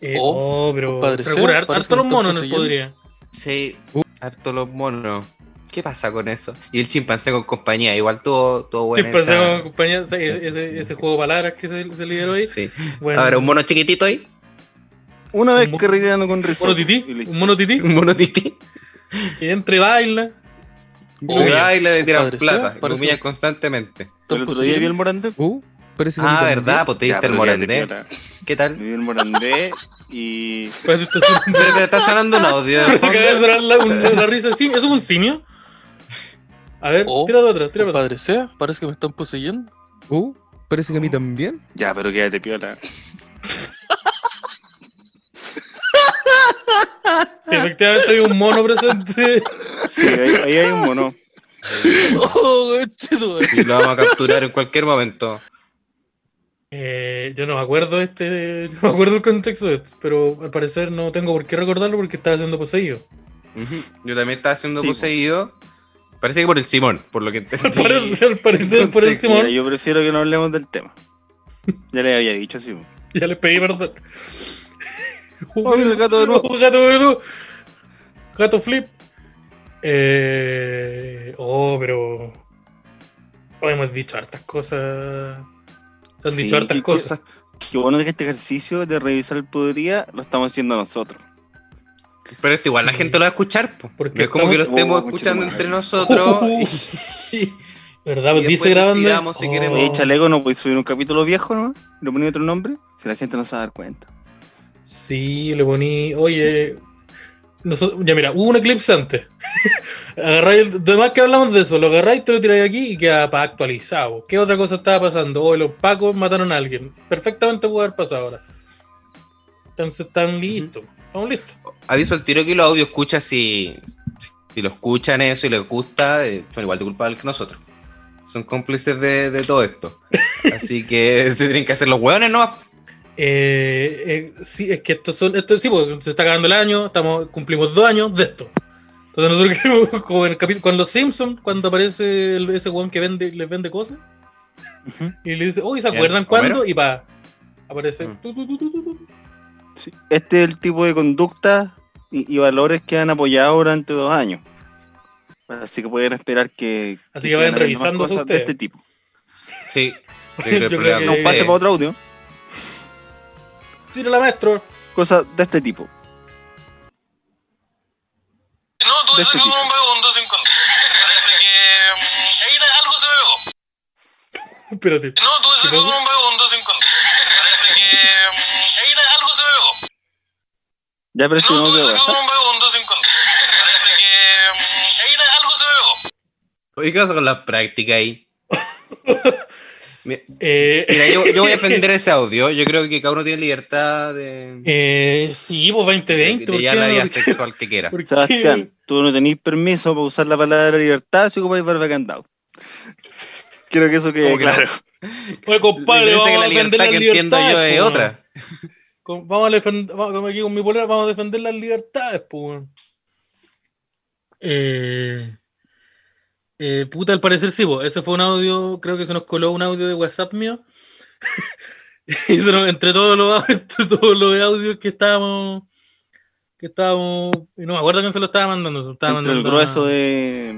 Speaker 3: Eh,
Speaker 6: Oh,
Speaker 3: oh, pero.
Speaker 6: compadre,
Speaker 3: Seguro,
Speaker 6: Seba,
Speaker 3: harto
Speaker 6: parece
Speaker 3: harto los
Speaker 6: un
Speaker 3: monos nos
Speaker 6: tonto
Speaker 3: podría.
Speaker 2: Sí. Uh, Harto los monos. ¿Qué pasa con eso? Y el chimpancé con compañía. Igual tuvo, tuvo
Speaker 3: Sí,
Speaker 2: buena
Speaker 3: pasemos,
Speaker 2: esa-
Speaker 3: compañía, ese, ese- ese juego de palabras que se, se lideró ahí.
Speaker 2: Sí.
Speaker 3: Bueno,
Speaker 2: Ahora, un mono chiquitito ahí. (laughs)
Speaker 1: Una vez
Speaker 3: Un mo-
Speaker 1: carreteando con
Speaker 3: un mono
Speaker 1: risotto.
Speaker 3: tití,
Speaker 1: y listo.
Speaker 3: un mono tití
Speaker 2: Un mono tití.
Speaker 3: que entra y baila.
Speaker 6: Oh,
Speaker 2: Y
Speaker 6: ya.
Speaker 2: ahí le tiran
Speaker 6: Compadre,
Speaker 2: plata.
Speaker 6: sí,
Speaker 2: Lo
Speaker 6: parece-
Speaker 2: humillan constantemente.
Speaker 1: El otro día vi el Morandé.
Speaker 9: Uh, parece que
Speaker 2: Ah,
Speaker 9: me
Speaker 2: ¿verdad? Pues te
Speaker 1: Ya,
Speaker 2: diste el
Speaker 1: pero ya te
Speaker 2: morandé.
Speaker 1: quiero atrás.
Speaker 2: ¿Qué tal?
Speaker 1: Vi el (laughs) Morandé y...
Speaker 3: Pues, esto es un-
Speaker 2: Pero, pero está sonando un audio. de
Speaker 3: (laughs) Pero acaba de
Speaker 2: fondo.
Speaker 3: sonar la, un- la risa de simio. ¿Eso es un simio? A ver,
Speaker 6: Oh,
Speaker 3: tírate otra, tírate otra.
Speaker 6: Padre sea, parece que me están poseyendo. (laughs)
Speaker 9: también. Uh, parece que a mí también.
Speaker 1: Ya, pero quédate piola.
Speaker 3: Sí, efectivamente hay un mono presente.
Speaker 1: Sí, ahí, ahí hay un mono.
Speaker 6: Oh, cheto,
Speaker 2: Y lo vamos a capturar en cualquier momento.
Speaker 3: Eh, yo no me acuerdo este, no me acuerdo el contexto de esto, pero al parecer no tengo por qué recordarlo porque estaba siendo poseído.
Speaker 2: Yo también estaba siendo
Speaker 1: Sí, po.
Speaker 2: poseído. Parece que por el Simón, por lo que
Speaker 3: (laughs) Al
Speaker 2: entendí.
Speaker 3: parecer, al parecer por el
Speaker 2: Contexto,
Speaker 3: Simón.
Speaker 1: Mira, yo prefiero que no hablemos del tema. Ya le había dicho, sí.
Speaker 3: (laughs) Ya les pedí
Speaker 1: (laughs)
Speaker 3: perdón.
Speaker 1: Oh, mira el gato de nuevo.
Speaker 3: Oh, (laughs) gato de nuevo. Gato flip. Eh, oh, pero. Oh, hemos dicho hartas cosas. Se han
Speaker 1: Sí,
Speaker 3: dicho hartas
Speaker 1: y-
Speaker 3: cosas.
Speaker 1: Qué bueno que este ejercicio de revisar el podería lo estamos haciendo nosotros.
Speaker 2: Pero esto igual la
Speaker 3: Sí.
Speaker 2: gente lo va a escuchar. po.
Speaker 3: Porque
Speaker 2: No es como
Speaker 3: estamos-
Speaker 2: que lo estemos
Speaker 1: Oh,
Speaker 2: escuchando
Speaker 1: conchetumare.
Speaker 2: entre nosotros.
Speaker 3: (laughs) ¿Verdad?
Speaker 2: y
Speaker 3: Dice
Speaker 2: después
Speaker 3: grabando.
Speaker 2: decidamos si
Speaker 3: Oh.
Speaker 2: queremos.
Speaker 1: Oye, chaleco, no podéis subir un capítulo viejo, ¿no? Lo ponía otro nombre, si la gente no se va a dar cuenta.
Speaker 3: Sí, le poní. Oye. nosotros- ya mira, hubo un eclipse antes. (laughs) agarráis el. Además que hablamos de eso, lo agarráis, te lo tiráis aquí y queda pa- actualizado. ¿Qué otra cosa estaba pasando? Hoy los pacos mataron a alguien. Perfectamente pudo haber pasado ahora. Entonces están listos. Estamos listos.
Speaker 2: Aviso al tiro que los audio escucha si, si lo escuchan eso y les gusta, eh, son igual de culpables que nosotros. Son cómplices de, de todo esto. Así que se tienen que hacer los hueones, ¿no?
Speaker 3: Eh, eh, sí, es que estos son, esto sí, porque se está acabando el año, estamos, cumplimos dos años de esto. Entonces nosotros (laughs) queremos, como en el capítulo, con los Simpsons, cuando aparece el- ese weón que vende, les vende cosas, y le dice, uy, ¿se
Speaker 2: Ya,
Speaker 3: acuerdan
Speaker 2: Homero.
Speaker 3: cuándo? Y pa, aparece.
Speaker 2: Mm.
Speaker 3: tu, tu, tu, tu, tu, tu.
Speaker 1: Sí. Este es el tipo de conductas y, y valores que han apoyado durante dos años. Así que pueden esperar que.
Speaker 3: Así que
Speaker 1: sigan
Speaker 3: vayan
Speaker 1: habiendo más
Speaker 3: revisándose
Speaker 1: cosas de
Speaker 3: ustedes.
Speaker 1: este tipo.
Speaker 2: Sí. Yo creo que el
Speaker 3: Yo creo
Speaker 2: problema
Speaker 3: que-
Speaker 2: con
Speaker 3: No,
Speaker 1: Un pase
Speaker 2: ustedes-
Speaker 1: para otro audio.
Speaker 3: Tírala, maestro. (laughs)
Speaker 1: Cosas de este tipo.
Speaker 8: No, tú
Speaker 1: De
Speaker 8: dices
Speaker 1: este
Speaker 8: que
Speaker 1: tipo.
Speaker 8: un vagabundo sin condón. Parece que. mm, Ahí la- algo se me pegó.
Speaker 3: Espérate.
Speaker 8: No, tú dices
Speaker 3: ¿Se
Speaker 8: que
Speaker 3: pegó?
Speaker 8: un vagabundo sin condón. Parece que. mm, Ahí la- algo se me pegó.
Speaker 1: Ya, pero este
Speaker 8: No,
Speaker 1: no
Speaker 8: tú
Speaker 1: te
Speaker 8: dices que
Speaker 1: WhatsApp.
Speaker 8: un vagabundo sin condón. Parece que. mm, Ahí la- algo se me pegó.
Speaker 2: Oye, ¿qué pasa con la práctica ahí?
Speaker 3: Eh,
Speaker 2: Mira, yo, yo voy a defender ese audio. Yo creo que cada uno tiene libertad de,
Speaker 3: eh, sí, pues 2020.
Speaker 2: de
Speaker 3: ¿por
Speaker 2: llevar
Speaker 3: qué
Speaker 2: la
Speaker 3: no?
Speaker 2: vida
Speaker 3: ¿Por qué?
Speaker 2: sexual que quiera.
Speaker 3: ¿Por
Speaker 2: (laughs)
Speaker 3: qué?
Speaker 1: Sebastián, tú no tenéis permiso para usar la palabra libertad si ocupáis barba candado. Quiero que eso quede
Speaker 2: ¿Cómo que no?
Speaker 1: claro.
Speaker 3: Oye, compadre,
Speaker 2: Parece
Speaker 3: vamos
Speaker 2: que
Speaker 3: a
Speaker 2: la
Speaker 3: defender
Speaker 2: libertad
Speaker 3: la
Speaker 2: que entiendo
Speaker 3: libertad, pues,
Speaker 2: yo es
Speaker 3: po,
Speaker 2: otra.
Speaker 3: Con- vamos a defender, vamos, como aquí con mi polera, vamos a defender las libertades, pues. weón. Eh, eh, puta, al parecer sí, po. ese fue un audio, creo que se nos coló un audio de WhatsApp mío. (laughs) y se nos- entre todos los, (laughs) entre todos los audios que estábamos, que estábamos, y no me acuerdo quién se lo estaba mandando, se lo estaba
Speaker 1: Entre el
Speaker 3: mandando a-
Speaker 1: grueso de. de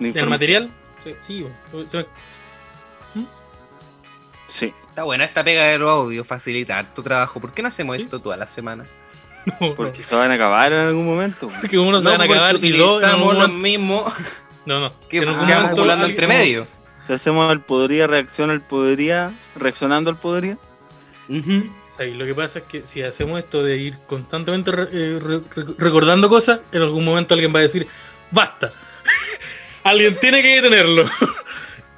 Speaker 3: del
Speaker 1: información.
Speaker 3: material. Sí, sí, po. Se me- (laughs)
Speaker 1: Sí.
Speaker 2: Está buena esta pega de los audios, facilitar tu trabajo. ¿Por qué no hacemos
Speaker 3: Sí.
Speaker 2: esto toda la semana?
Speaker 3: no,
Speaker 1: Porque se van a acabar en algún momento.
Speaker 3: porque uno se
Speaker 2: No,
Speaker 3: van a
Speaker 2: porque
Speaker 3: acabar y dos, en algún
Speaker 2: utilizamos los
Speaker 3: momento- (laughs)
Speaker 2: mismos
Speaker 3: no, no,
Speaker 2: que
Speaker 3: en algún
Speaker 2: vamos
Speaker 3: momento
Speaker 2: acumulando
Speaker 3: alguien-
Speaker 2: entre medio.
Speaker 1: Si hacemos el podría, reacciona al podría, reaccionando al podría.
Speaker 3: Sí, lo que pasa es que si hacemos esto de ir constantemente re- eh, re- re- recordando cosas, en (laughs) algún momento alguien va a decir, basta. alguien tiene que detenerlo. (laughs)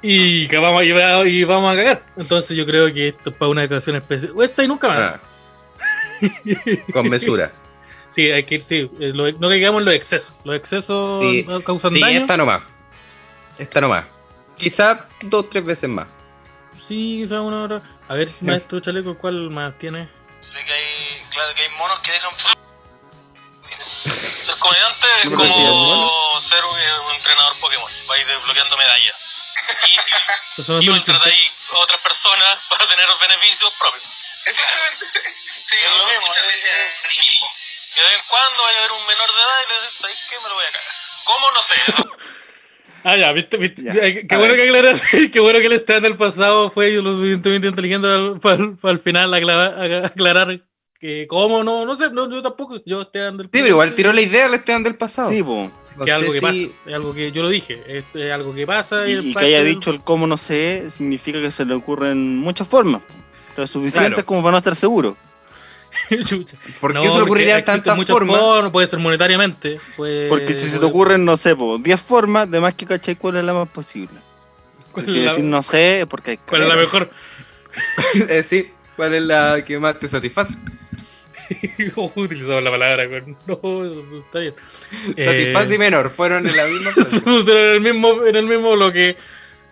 Speaker 3: Y, que vamos, y, va- y vamos a cagar. Entonces yo creo que esto es para una ocasión especial. Esta y nunca más.
Speaker 2: Ah. Con
Speaker 3: (laughs)
Speaker 2: mesura.
Speaker 3: Sí, hay que ir, sí. eh, lo- no caigamos en los excesos. Los excesos
Speaker 2: Sí,
Speaker 3: eh, causan
Speaker 2: sí,
Speaker 3: daño.
Speaker 2: esta nomás. Esta nomás. Quizá dos, tres veces más.
Speaker 3: Sí, quizá una hora. A ver, maestro Chaleco, ¿cuál más tiene?
Speaker 5: Claro que hay monos que dejan fru- Ser comediante es
Speaker 3: No, pero sí, es
Speaker 5: como ser un eh, un entrenador Pokémon. Vais desbloqueando medallas.
Speaker 3: Eso no
Speaker 5: Y
Speaker 3: es
Speaker 5: contratáis a otras personas (laughs) para tener beneficios propios. Exactamente. Sí, es lo mismo. Muchas veces De vez en cuando vaya a haber un menor de edad y le dices, ¿sabes qué? Me lo voy a cagar. ¿Cómo? (laughs) No sé.
Speaker 3: Ah, ya, viste, viste. Ay, Qué, bueno que aclarar, (laughs) qué bueno que el stand del pasado fue lo suficientemente inteligente al- para, para al final aclarar, aga- aclarar que cómo no, no sé, no, yo tampoco, yo stand del
Speaker 2: Sí, pero igual tiró la idea al Esteban del pasado.
Speaker 1: Sí,
Speaker 2: (laughs)
Speaker 1: po.
Speaker 2: No
Speaker 3: que
Speaker 2: sé
Speaker 3: algo que
Speaker 2: si-
Speaker 3: pasa, es algo que yo lo dije, es, es algo que pasa
Speaker 1: Y,
Speaker 3: es
Speaker 1: y que
Speaker 3: parte
Speaker 1: haya
Speaker 3: del-
Speaker 1: dicho el cómo no sé significa que se le ocurren muchas formas. Pero suficientes
Speaker 3: Claro.
Speaker 1: como para no estar seguro.
Speaker 3: (laughs) Chucha.
Speaker 2: ¿Por
Speaker 1: qué se le ocurrirían
Speaker 3: porque existen
Speaker 1: tantas
Speaker 3: muchas
Speaker 1: formas?
Speaker 3: Puede ser monetariamente, pues puede-
Speaker 1: Porque si se
Speaker 2: Eh,
Speaker 1: te ocurren, no sé, po, 10 formas, de más que cachai cuál es la más posible.
Speaker 3: ¿Cuál
Speaker 1: Si
Speaker 3: es la-
Speaker 1: decir no sé, es porque hay
Speaker 3: ¿Cuál es la
Speaker 1: caleta.
Speaker 3: mejor?
Speaker 2: (laughs)
Speaker 3: (laughs)
Speaker 2: Eh, sí, ¿cuál es la que más te satisface?
Speaker 3: Utilizaba la palabra, güey. No, está bien. Eh,
Speaker 2: Satisface y menor, fueron en la
Speaker 3: (laughs)
Speaker 2: misma frase.
Speaker 3: Pero en el mismo, en el mismo bloque,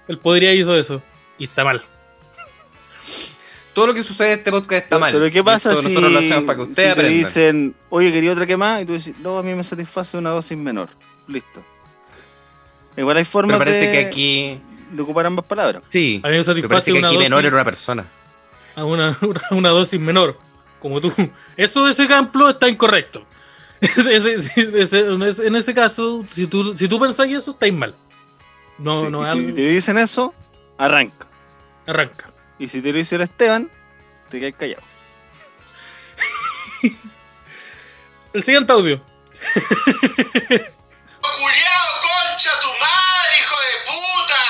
Speaker 3: él podría hizo eso. Y está mal.
Speaker 2: Todo lo que sucede en este podcast está mal.
Speaker 1: Pero ¿qué pasa
Speaker 2: Esto
Speaker 1: si,
Speaker 2: Nosotros lo hacemos para que
Speaker 1: si
Speaker 2: ustedes
Speaker 1: te
Speaker 2: aprendan.
Speaker 1: dicen, oye, quería otra que más? Y tú dices, no, a mí me satisface una dosis menor. Listo. Igual hay
Speaker 2: Pero
Speaker 1: formas
Speaker 2: parece
Speaker 1: de,
Speaker 2: que aquí.
Speaker 1: de ocupar ambas palabras.
Speaker 2: Sí.
Speaker 3: A mí me
Speaker 2: Pero parece
Speaker 3: satisface
Speaker 2: que
Speaker 3: una
Speaker 2: aquí
Speaker 3: dosis,
Speaker 2: menor era una persona.
Speaker 3: a una, (laughs) una, una dosis menor, como tú. Eso, ese ejemplo está incorrecto. (laughs) Ese- ese- ese- en ese caso, si tú, si tú pensás que eso, estáis mal. No,
Speaker 1: Sí,
Speaker 3: no
Speaker 1: y
Speaker 3: es
Speaker 1: Si
Speaker 3: algo-
Speaker 1: te dicen eso, arranca.
Speaker 3: Arranca.
Speaker 1: Y si te lo dice el Esteban, te quedas callado.
Speaker 3: El siguiente audio.
Speaker 5: ¡Culeado, Oh, concha tu madre, hijo de puta!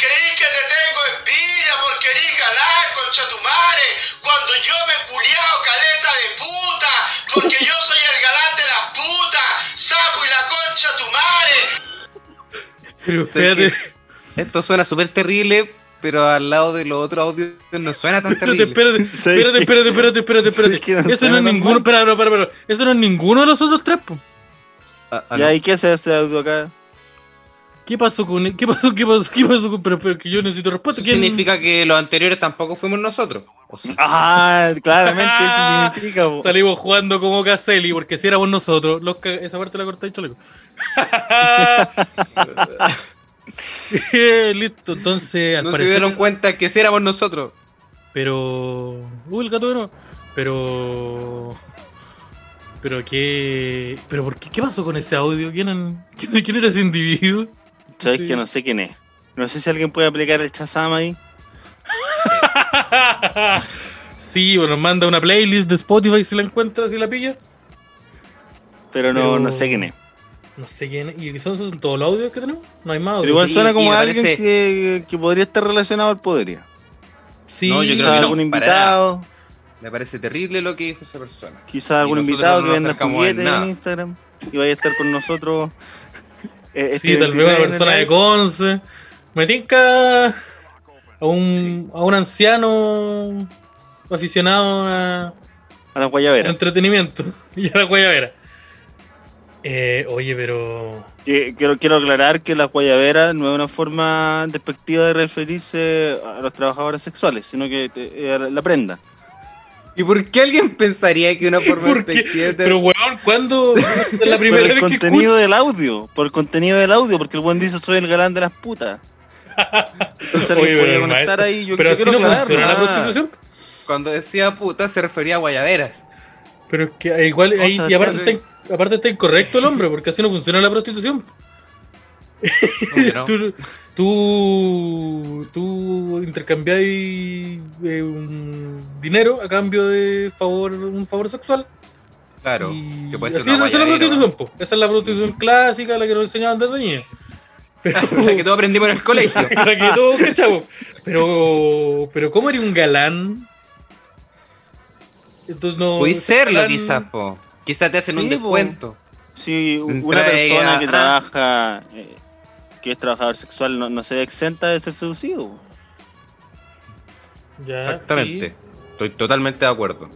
Speaker 5: ¿Creís que te tengo envidia porque eres galán, concha tu madre? Cuando yo me he culeado, caleta de puta, porque yo soy el galán de las putas, sapo y la concha tu madre.
Speaker 3: Pero
Speaker 2: O sea, que Esto suena súper terrible, pero al lado de los otros audios no suena
Speaker 3: (laughs)
Speaker 2: tan
Speaker 3: Espérate,
Speaker 2: terrible.
Speaker 3: espérate, espérate, espérate, espérate, espérate, espérate. Eso no es ninguno, espera, espera, espera, espera. Eso no es ninguno de los otros tres, po. Ah,
Speaker 1: ¿Y ahí qué hace ese audio acá?
Speaker 3: ¿Qué pasó con él? ¿Qué pasó? ¿Qué pasó? ¿Qué pasó? con- Pero, pero que yo necesito respuesta.
Speaker 2: Eso
Speaker 3: ¿Quién-
Speaker 2: significa que los anteriores tampoco fuimos nosotros. ¿O sí?
Speaker 1: Ah,
Speaker 3: (laughs)
Speaker 1: claramente
Speaker 3: Ah.
Speaker 1: eso significa. po.
Speaker 3: Salimos jugando como Caselli, porque si éramos nosotros, los ca- esa parte la cortáis, chaleco. (laughs) Listo, entonces al
Speaker 2: no se
Speaker 3: parecer.
Speaker 2: dieron cuenta que si éramos nosotros.
Speaker 3: Pero. Uy, el gato de nuevo. Pero. Pero qué. Pero por qué, qué pasó con ese audio? ¿Quién, en- quién, quién era ese individuo? (laughs)
Speaker 1: Sabes
Speaker 3: Sí.
Speaker 1: que no sé quién es. No sé si alguien puede aplicar el Chazam ahí.
Speaker 3: Sí, bueno, nos manda una playlist de Spotify si la encuentra, si la pilla.
Speaker 1: Pero no,
Speaker 3: Pero-
Speaker 1: no sé quién es.
Speaker 3: No sé quién. ¿Y quizás esos son todos los audios que tenemos? No hay más
Speaker 1: Pero
Speaker 3: audios.
Speaker 1: igual suena como alguien
Speaker 3: alguien
Speaker 1: que, que podría estar relacionado al podería.
Speaker 3: Sí,
Speaker 2: No, yo
Speaker 1: quizás
Speaker 2: creo que no,
Speaker 1: algún
Speaker 2: para
Speaker 1: invitado,
Speaker 2: Me parece terrible lo que dijo esa persona.
Speaker 1: quizás algún
Speaker 2: nosotros no
Speaker 1: invitado que
Speaker 2: nos
Speaker 1: venda
Speaker 2: acercamos en
Speaker 1: juguetes en,
Speaker 2: nada.
Speaker 1: Instagram y vaya a estar con nosotros. eh,
Speaker 3: Sí,
Speaker 1: este
Speaker 3: tal vez una
Speaker 1: 23 en el
Speaker 3: persona de
Speaker 1: live.
Speaker 3: Conce. Me tinca a un, a un anciano aficionado a,
Speaker 1: A la guayabera.
Speaker 3: entretenimiento (laughs) y a la guayabera. Eh, oye, pero.
Speaker 1: Que- Quiero, quiero aclarar que la guayabera no es una forma despectiva de referirse a los trabajadores sexuales, sino que te- eh, la prenda.
Speaker 2: ¿Y por qué alguien pensaría que una forma despectiva de-
Speaker 3: Pero, weón,
Speaker 1: (laughs)
Speaker 3: ¿cuándo? Es la primera
Speaker 1: por el
Speaker 3: vez que
Speaker 1: contenido
Speaker 3: escucho.
Speaker 1: del audio, por el contenido del audio, porque el buen dice soy el galán de las putas. Entonces alguien podría
Speaker 3: pero,
Speaker 1: conectar
Speaker 3: maestro,
Speaker 1: ahí, yo
Speaker 3: pero
Speaker 1: yo
Speaker 3: así
Speaker 1: quiero
Speaker 3: no
Speaker 1: aclararlo.
Speaker 3: funciona la
Speaker 2: Ah.
Speaker 3: prostitución.
Speaker 2: Cuando decía puta se refería a guayaberas.
Speaker 3: Pero es que eh, igual ahí,
Speaker 2: Cosas
Speaker 3: y aparte
Speaker 2: de-
Speaker 3: está, in- aparte está incorrecto el hombre, porque así no funciona la prostitución. (laughs)
Speaker 2: ¿Cómo que no?
Speaker 3: Tú, tú, tú intercambiáis eh, un dinero a cambio de favor, un favor sexual.
Speaker 2: Claro, que puede ser
Speaker 3: Así
Speaker 2: una
Speaker 3: es, esa es la
Speaker 2: guayabera.
Speaker 3: prostitución, po. Esa es la prostitución clásica, la que nos enseñaban desde niña.
Speaker 2: (laughs) La que todos aprendimos en el colegio.
Speaker 3: (laughs) La que todos cachamos. Pero, pero ¿cómo eres un galán? Entonces no. este
Speaker 2: Puede serlo
Speaker 3: galán-
Speaker 2: quizás, po. Quizás te hacen un
Speaker 1: Sí, po.
Speaker 2: descuento.
Speaker 1: Sí, u- una
Speaker 2: Entrega,
Speaker 1: persona que
Speaker 2: ah.
Speaker 1: trabaja eh, que es trabajador sexual no, no se ve exenta de ser seducido. po.
Speaker 3: Ya,
Speaker 2: Exactamente. Estoy totalmente de acuerdo.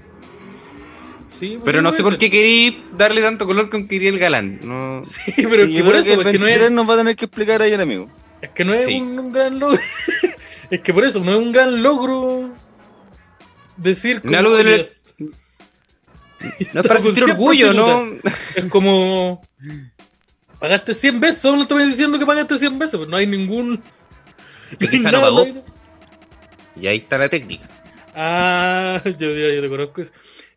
Speaker 3: sí, sí,
Speaker 2: Pero no
Speaker 3: puede
Speaker 2: sé por
Speaker 3: ser.
Speaker 2: qué querí darle tanto color con que quería el galán. No...
Speaker 3: Sí, (laughs) pero
Speaker 1: Sí,
Speaker 3: es
Speaker 1: yo
Speaker 3: que por
Speaker 1: creo
Speaker 3: eso,
Speaker 1: que
Speaker 3: pues,
Speaker 1: el
Speaker 3: que no es,
Speaker 1: 23 nos va a tener que explicar ahí el amigo.
Speaker 3: es que no es
Speaker 2: Sí.
Speaker 3: un, un gran logro. (laughs) es que por eso, no es un gran logro decir
Speaker 2: Me hablo del-
Speaker 3: "Oye, (laughs)
Speaker 2: No es para
Speaker 3: Estaba con
Speaker 2: sentir orgullo,
Speaker 3: 100%
Speaker 2: ¿no?
Speaker 3: Es como. Pagaste 100 veces, solo estoy diciendo que pagaste 100 veces, pero no hay ningún.
Speaker 2: Que quizá no
Speaker 3: (laughs) nada,
Speaker 2: pagó.
Speaker 3: hay-
Speaker 2: (laughs) Y ahí está la técnica.
Speaker 3: Ah, (laughs) yo, yo, yo te conozco eso.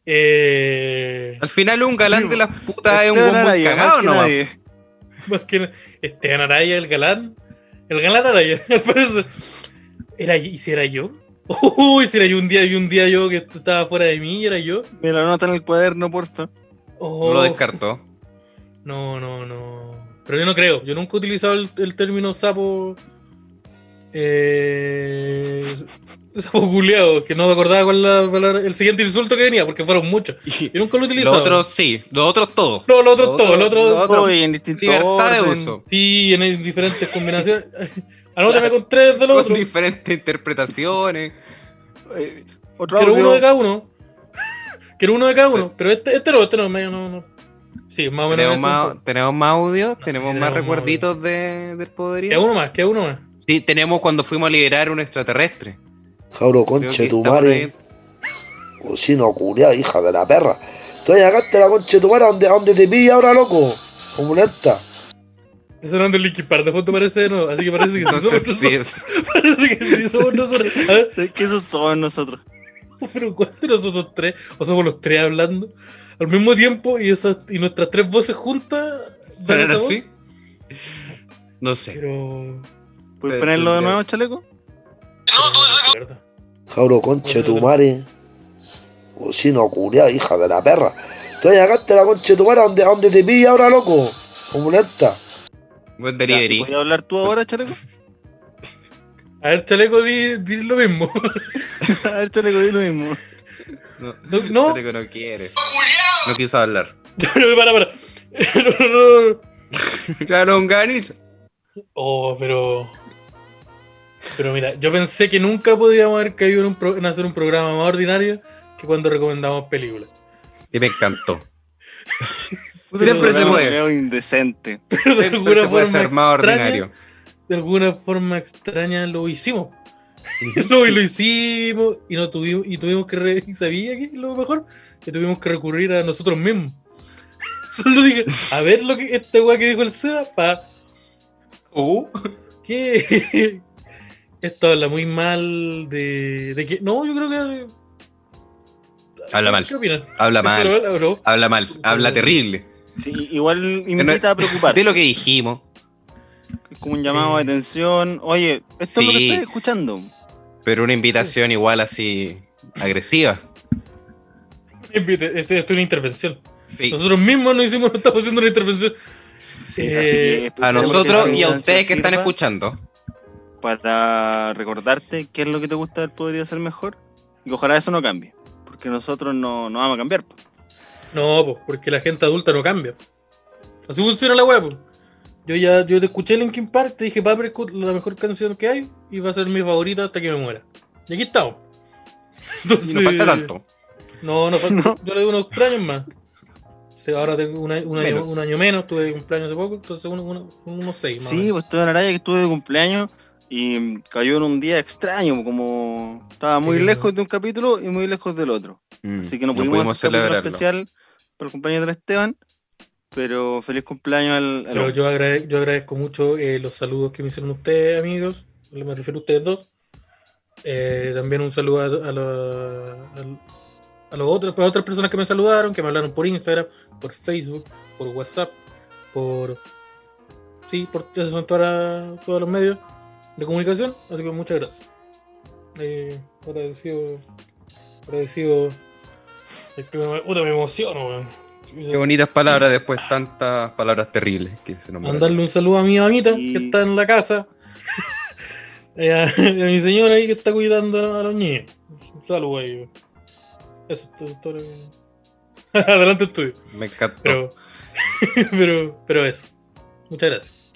Speaker 3: Eh,
Speaker 2: Al final un galán de las
Speaker 3: este
Speaker 2: putas es un
Speaker 1: Esteban
Speaker 2: buen muy
Speaker 1: Araya,
Speaker 2: cagado,
Speaker 1: más que
Speaker 2: ¿no?
Speaker 1: nadie.
Speaker 3: (laughs) más que nada, Esteban Araya, el galán. El galán Araya, (laughs) por eso. ¿Era, ¿Y si era yo? (laughs) Uy, si era yo un día, y un día yo que esto estaba fuera de mí, era yo.
Speaker 1: Me lo anota en el cuaderno, porfa.
Speaker 3: Oh,
Speaker 2: No lo descartó.
Speaker 3: No, no, no. Pero yo no creo. Yo nunca he utilizado el, el término sapo. Eh, (laughs) sapo culeado, que no me acordaba cuál era la palabra. El siguiente insulto que venía, porque fueron (laughs) muchos. Yo nunca lo he
Speaker 2: Los
Speaker 3: utilizado.
Speaker 2: otros sí, los otros todos.
Speaker 3: No, los otros todos, los otros-
Speaker 1: Oye, en distinto
Speaker 2: libertad de
Speaker 1: orden.
Speaker 2: uso.
Speaker 3: Sí, en- en diferentes combinaciones. (laughs) Anótame con tres de los
Speaker 2: Con
Speaker 3: otros.
Speaker 2: diferentes interpretaciones.
Speaker 1: Eh, Otro
Speaker 3: Quiero
Speaker 1: audio.
Speaker 3: uno de cada uno. (laughs) Quiero uno de cada uno. Pero este, este no, este no, medio no, no. Sí, más o menos.
Speaker 2: Tenemos
Speaker 3: eso.
Speaker 2: más, tenemos más audios,
Speaker 3: sé
Speaker 2: tenemos
Speaker 3: si
Speaker 2: más
Speaker 3: tenemos más
Speaker 2: recuerditos de, del
Speaker 3: Queda
Speaker 2: poderío.
Speaker 3: uno más, queda uno más.
Speaker 2: Sí, tenemos cuando fuimos a liberar un extraterrestre.
Speaker 10: Jauro,
Speaker 2: Creo
Speaker 10: conche
Speaker 2: que
Speaker 10: tu
Speaker 2: está por
Speaker 10: madre. Cochino culiao, hija de la perra. Estoy acá hasta la concha de tu madre, ¿a dónde, a dónde te pilla ahora, loco? Como lenta.
Speaker 3: Está sonando el Linkin Park de fondo parece de nuevo, así que parece que sí somos (laughs)
Speaker 2: Entonces, sí,
Speaker 3: nosotros.
Speaker 2: es-
Speaker 3: Parece que sí somos nosotros. A ver,
Speaker 1: ¿Sabes qué? Esos somos nosotros.
Speaker 3: pero ¿cuántos de nosotros tres? O somos los tres hablando al mismo tiempo y esas y nuestras tres voces juntas. dan
Speaker 2: (laughs) pero
Speaker 3: esa
Speaker 2: era
Speaker 3: voz?
Speaker 2: así. No sé.
Speaker 3: Pero.
Speaker 2: Pero-
Speaker 1: ¿Puedes ponerlo de
Speaker 2: pero-
Speaker 1: nuevo, chaleco?
Speaker 3: verdad.
Speaker 10: Jauro, conche tu madre. Cochino culiao, hija de la perra. Estoy acá hasta la concha de tu madre, ¿a dónde, a dónde te pilla ahora, loco? Como lenta.
Speaker 2: Buen
Speaker 1: Ya,
Speaker 2: delivery.
Speaker 1: ¿Puedes hablar tú ahora,
Speaker 2: (laughs)
Speaker 1: chaleco? (laughs)
Speaker 3: A ver, chaleco, di, di lo mismo. (laughs)
Speaker 1: A ver, chaleco, di lo mismo.
Speaker 2: No,
Speaker 3: No, no.
Speaker 2: Sale que no quiere. No quiso hablar. (laughs)
Speaker 3: (laughs) Pero para, para. No, no, no, no.
Speaker 2: La longaniza.
Speaker 3: Oh, pero. Pero mira, yo pensé que nunca podíamos haber caído en, un pro- en hacer un programa más ordinario que cuando recomendamos películas. (laughs)
Speaker 2: Y me encantó.
Speaker 1: Puta,
Speaker 2: Siempre
Speaker 1: el
Speaker 2: se
Speaker 1: programa
Speaker 2: puede.
Speaker 1: culiao indecente.
Speaker 3: Pero de
Speaker 2: Siempre
Speaker 3: alguna
Speaker 2: se puede
Speaker 3: forma
Speaker 2: ser más
Speaker 3: extraña-
Speaker 2: ordinario.
Speaker 3: de alguna forma extraña lo hicimos. (laughs) lo, lo hicimos y no tuvimos y tuvimos que re- y sabía que lo mejor que tuvimos que recurrir a nosotros mismos. (laughs) Solo dije, a ver lo que este weá que dijo el Seba pa
Speaker 7: Oh.
Speaker 3: que (laughs) esto habla muy mal de, de que no, yo creo que
Speaker 2: Habla mal.
Speaker 3: ¿Qué opinan?
Speaker 2: Habla mal.
Speaker 3: Habla mal, ¿no?
Speaker 2: Habla mal. Habla terrible.
Speaker 1: Sí, igual
Speaker 2: no-
Speaker 1: invita a preocuparse.
Speaker 2: De lo que dijimos.
Speaker 1: Es como un llamado de atención. Oye, esto es lo
Speaker 2: Sí.
Speaker 1: que estás escuchando.
Speaker 2: Pero una invitación igual así agresiva.
Speaker 3: Invite- Esto esto Este es una intervención.
Speaker 2: Sí.
Speaker 3: Nosotros mismos no hicimos, no estamos haciendo una intervención.
Speaker 1: Sí,
Speaker 3: Eh,
Speaker 1: así que
Speaker 2: A
Speaker 1: esperemos
Speaker 2: nosotros
Speaker 1: que esta
Speaker 2: y a
Speaker 1: instancia
Speaker 2: ustedes que están
Speaker 1: sirva
Speaker 2: escuchando.
Speaker 1: Para recordarte qué es lo que te gusta del Podría Ser Mejor. Y ojalá eso no cambie. Porque nosotros no, no vamos a cambiar. po.
Speaker 3: No, po, porque la gente adulta no cambia. Así funciona la web. Yo ya yo te escuché Linkin Park, te dije Papercut, la mejor canción que hay, y va a ser mi favorita hasta que me muera. Y aquí estamos. (laughs)
Speaker 2: Y
Speaker 3: Entonces,
Speaker 2: no falta tanto.
Speaker 3: No,
Speaker 2: (laughs)
Speaker 3: no falta. Yo le doy unos cumpleaños más. O sea, ahora tengo un año- un año,
Speaker 2: Menos.
Speaker 3: un año menos, tuve cumpleaños hace poco, entonces uno, uno- unos seis más. o
Speaker 1: Sí,
Speaker 3: menos.
Speaker 1: pues estuve en Araya que estuve de cumpleaños. Y mm, cayó en un día extraño. Como estaba muy
Speaker 3: Sí.
Speaker 1: lejos de un capítulo y muy lejos del otro.
Speaker 2: Mm,
Speaker 1: Así que no pudimos, hacer un capítulo especial para el cumpleaños del Esteban. Pero feliz cumpleaños al. al-
Speaker 3: Pero yo, agrade- yo agradezco mucho eh, los saludos que me hicieron ustedes, amigos. Me refiero a ustedes dos. Eh, también un saludo a, a lo- al- a los otros, a otras personas que me saludaron, que me hablaron por Instagram, por Facebook, por WhatsApp, por. Sí, por esos son todas las- todos los medios de comunicación. Así que muchas gracias. Eh, agradecido. Agradecido. Es que me, puta, me emociono, weón.
Speaker 2: Qué bonitas palabras después tantas palabras terribles que se nos mandaron.
Speaker 3: Mandarle un saludo a mi mamita
Speaker 1: Y-
Speaker 3: que está en
Speaker 2: (laughs)
Speaker 3: la casa. Eh, (laughs) a, a mi señora ahí que está cuidando a los niños. Un saludo ahí. Eso es todo- todo lo que- (laughs) Adelante estudio. (laughs)
Speaker 2: Me encantó.
Speaker 3: Pero, pero, pero eso. Muchas gracias.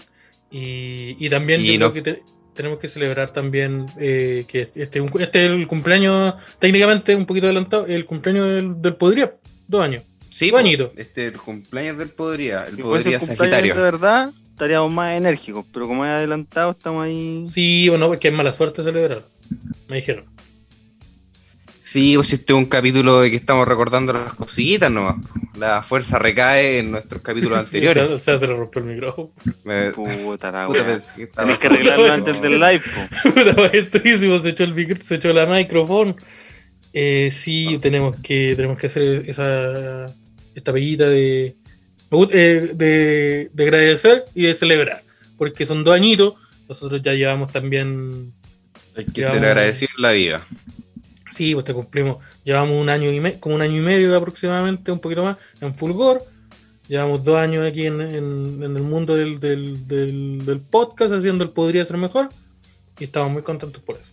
Speaker 3: Y, y también
Speaker 2: Y
Speaker 3: yo
Speaker 2: no-
Speaker 3: creo que te- tenemos que celebrar también eh, que este, un- este es el cumpleaños, técnicamente un poquito adelantado, el cumpleaños del, del Podría, dos años.
Speaker 2: Sí,
Speaker 3: Dos
Speaker 2: po,
Speaker 3: añitos.
Speaker 2: este el cumpleaños del Podría, el
Speaker 3: Si fuese
Speaker 1: pues,
Speaker 2: Podría
Speaker 3: el cumpleaños
Speaker 2: Sagitario.
Speaker 1: de verdad, estaríamos más enérgicos, pero como he adelantado, estamos ahí.
Speaker 3: Sí, bueno, es que es mala suerte celebrar. Me dijeron.
Speaker 2: Sí, pues este es un capítulo de que estamos recordando las cositas nomás. La fuerza recae en nuestros capítulos anteriores.
Speaker 3: O sea, se le rompió el micrófono. (laughs)
Speaker 2: Me-
Speaker 1: Puta la
Speaker 2: Puta,
Speaker 1: wea.
Speaker 2: pensé que estaba
Speaker 1: Tenés que
Speaker 2: haciendo- (laughs)
Speaker 1: arreglarlo antes del live, po.
Speaker 3: Puta, maestrísimo, se echó, el micro- se echó la micrófono. Eh, sí, tenemos que, tenemos que hacer esa, esta pellita de, me gust- eh, de, de agradecer y de celebrar. Porque son dos añitos, nosotros ya llevamos también...
Speaker 2: Hay que ser agradecido en la vida.
Speaker 3: Sí, pues te cumplimos. Llevamos un año y medio, como un año y medio aproximadamente, un poquito más, en Fulgor. Llevamos dos años aquí en, en- en el mundo del, del- del- del podcast haciendo el Podría Ser Mejor. Y estamos muy contentos por eso.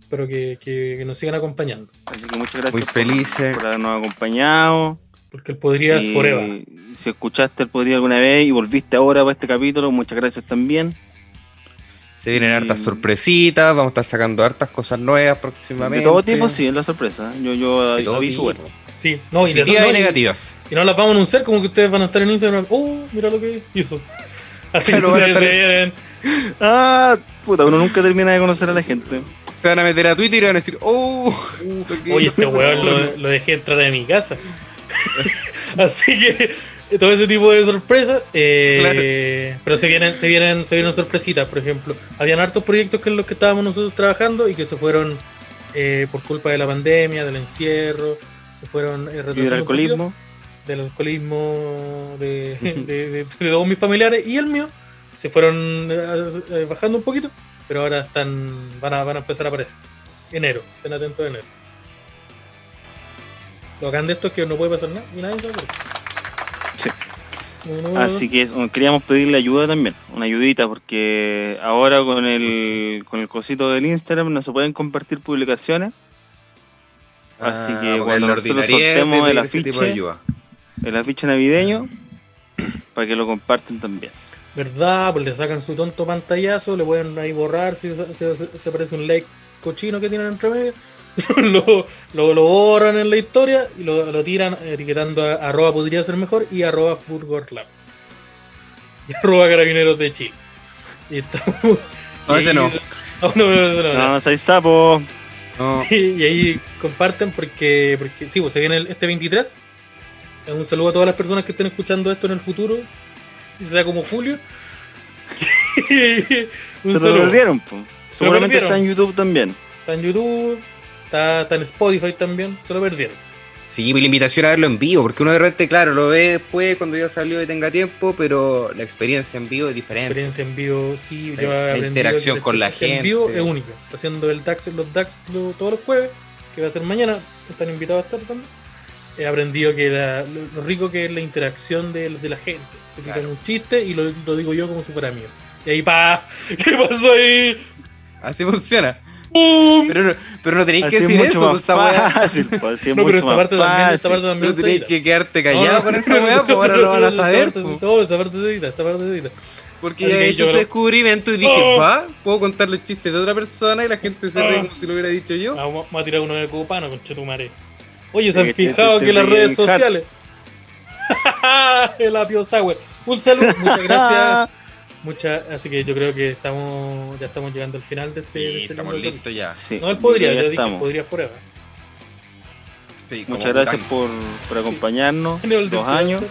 Speaker 3: Espero que, que- que nos sigan acompañando.
Speaker 1: Así que muchas gracias
Speaker 2: Muy felices.
Speaker 1: por habernos acompañado.
Speaker 3: Porque el Podría es forever.
Speaker 1: Si escuchaste el Podría alguna vez y volviste ahora para este capítulo, muchas gracias también.
Speaker 2: Se vienen hartas sorpresitas, vamos a estar sacando hartas cosas nuevas próximamente.
Speaker 1: De todo tipo, sí, es la sorpresa. Yo, yo
Speaker 2: De todo
Speaker 1: aviso,
Speaker 2: tipo.
Speaker 1: bueno.
Speaker 3: Sí, no, y, de-
Speaker 2: Positivas
Speaker 3: no,
Speaker 2: y
Speaker 3: y-
Speaker 2: negativas.
Speaker 3: y no las vamos a anunciar como que ustedes van a estar en Instagram. Oh, mira lo que hizo. Así que
Speaker 1: Pero van a
Speaker 3: ustedes
Speaker 1: estar-
Speaker 3: vean.
Speaker 1: Ah, puta, uno nunca termina de conocer a la gente.
Speaker 2: Se van a meter a Twitter y van a decir, oh, (laughs)
Speaker 3: Oye, este weón lo, lo dejé entrar a mi casa. (laughs) Así que todo ese tipo de sorpresas. eh, Pero se vienen, se vienen, se vienen sorpresitas, por ejemplo. Habían hartos proyectos que en los que estábamos nosotros trabajando y que se fueron eh, por culpa de la pandemia, del encierro, se fueron eh, retrasando un
Speaker 1: alcoholismo.
Speaker 3: poquito. Del alcoholismo de, de- de- de todos mis familiares y el mío. Se fueron eh, eh, bajando un poquito, pero ahora están, van a, van a empezar a aparecer. Enero, estén atentos a enero. Lo grande de esto es que no puede pasar nada y nadie se acuerda.
Speaker 1: Sí.
Speaker 3: No, no,
Speaker 1: Así que eso, queríamos pedirle ayuda también, una ayudita, porque ahora con el, con el cosito del Instagram no se pueden compartir publicaciones. Así
Speaker 2: Ah,
Speaker 1: que
Speaker 2: porque
Speaker 1: cuando
Speaker 2: la
Speaker 1: nosotros
Speaker 2: ordinariedad te
Speaker 1: sortemos el
Speaker 2: pide ese tipo de
Speaker 1: afiche,
Speaker 2: ayuda.
Speaker 1: el afiche navideño, para que lo comparten también.
Speaker 3: ¿Verdad? Pues le sacan su tonto pantallazo, le pueden ahí borrar si se, se- se aparece un like cochino que tienen entre medio. (laughs) lo, lo, lo borran en la historia y lo, lo tiran etiquetando a arroba podría ser mejor y arroba furgorlab. (laughs) Y arroba carabineros de Chile. Y estamos.
Speaker 2: No,
Speaker 3: y
Speaker 2: ese
Speaker 3: ahí-
Speaker 2: no.
Speaker 3: (laughs) No, no, ese no, no.
Speaker 1: No, soy sapo.
Speaker 3: Y, (laughs) y ahí comparten porque, porque sí, pues se viene el- este 23. Eh, Un saludo a todas las personas que estén escuchando esto en el futuro, y sea como Julio. (laughs) Un
Speaker 1: se lo
Speaker 3: saludo.
Speaker 1: perdieron, po.
Speaker 3: Se lo
Speaker 1: Seguramente
Speaker 3: perdieron.
Speaker 1: está en YouTube también.
Speaker 3: Está en YouTube, está, está en Spotify también, se lo perdieron.
Speaker 2: Sí, y la invitación a verlo en vivo, porque uno de repente, claro, lo ve después cuando ya salió y tenga tiempo, pero la experiencia en vivo es diferente.
Speaker 3: experiencia en vivo, sí, yo
Speaker 2: La-
Speaker 3: he
Speaker 2: la
Speaker 3: aprendido
Speaker 2: interacción
Speaker 3: que
Speaker 2: con la
Speaker 3: experiencia
Speaker 2: gente.
Speaker 3: En vivo es única. Está haciendo el DAX, los DAX lo- todos los jueves, que va a ser mañana, están invitados a estar también. He aprendido que la- lo, lo rico que es la interacción de, de la gente. Te tiran un chiste y lo, lo digo yo como si fuera mío. Y ahí pa, (laughs) ¿qué pasó ahí?
Speaker 2: Así funciona.
Speaker 3: ¡Pum!
Speaker 2: Pero, no- pero no tenéis
Speaker 1: Así
Speaker 2: que
Speaker 1: es
Speaker 2: decir
Speaker 1: mucho
Speaker 2: eso,
Speaker 1: más
Speaker 2: pues, esa weá.
Speaker 4: (laughs)
Speaker 1: fácil, po, así es
Speaker 3: No, pero esta
Speaker 1: mucho más
Speaker 3: parte también, esta parte
Speaker 1: fácil.
Speaker 3: también
Speaker 2: No
Speaker 3: se
Speaker 2: tenéis
Speaker 3: edita.
Speaker 2: que quedarte callado
Speaker 3: No, no,
Speaker 2: con
Speaker 3: no,
Speaker 2: esa weá,
Speaker 3: no,
Speaker 2: pues ahora
Speaker 3: no,
Speaker 2: lo van a
Speaker 3: esta
Speaker 2: saber.
Speaker 3: parte-
Speaker 2: pues.
Speaker 3: No, esta parte se edita, esta parte se edita.
Speaker 2: Porque
Speaker 3: Así
Speaker 2: ya
Speaker 3: que
Speaker 2: he hecho
Speaker 3: yo
Speaker 2: ese
Speaker 3: lo-
Speaker 2: descubrimiento y dije,
Speaker 3: Oh.
Speaker 2: va, puedo contar los chistes de otra persona y la gente se
Speaker 3: Ah.
Speaker 2: ríe como si lo hubiera dicho yo.
Speaker 3: Ah, Vamos vamos a tirar uno de Copano, con Chetumare. Oye, se han
Speaker 2: Eh, te-
Speaker 3: fijado
Speaker 2: te-
Speaker 3: que
Speaker 2: te
Speaker 3: las
Speaker 2: vi
Speaker 3: redes
Speaker 2: en chat.
Speaker 3: sociales. (laughs) el apio Sauer. Un saludo, muchas
Speaker 1: (laughs)
Speaker 3: gracias. Muchas, así que yo creo que estamos ya estamos llegando al final de este, de este
Speaker 2: estamos
Speaker 3: lindo
Speaker 2: listos ya. Sí,
Speaker 3: no, él podría,
Speaker 1: ya
Speaker 3: yo dije,
Speaker 1: estamos.
Speaker 3: podría forever.
Speaker 2: Sí, como
Speaker 1: Muchas
Speaker 2: Bután.
Speaker 1: gracias por, por acompañarnos.
Speaker 3: (laughs) En el
Speaker 1: Dos
Speaker 3: desierto. (laughs)
Speaker 1: años.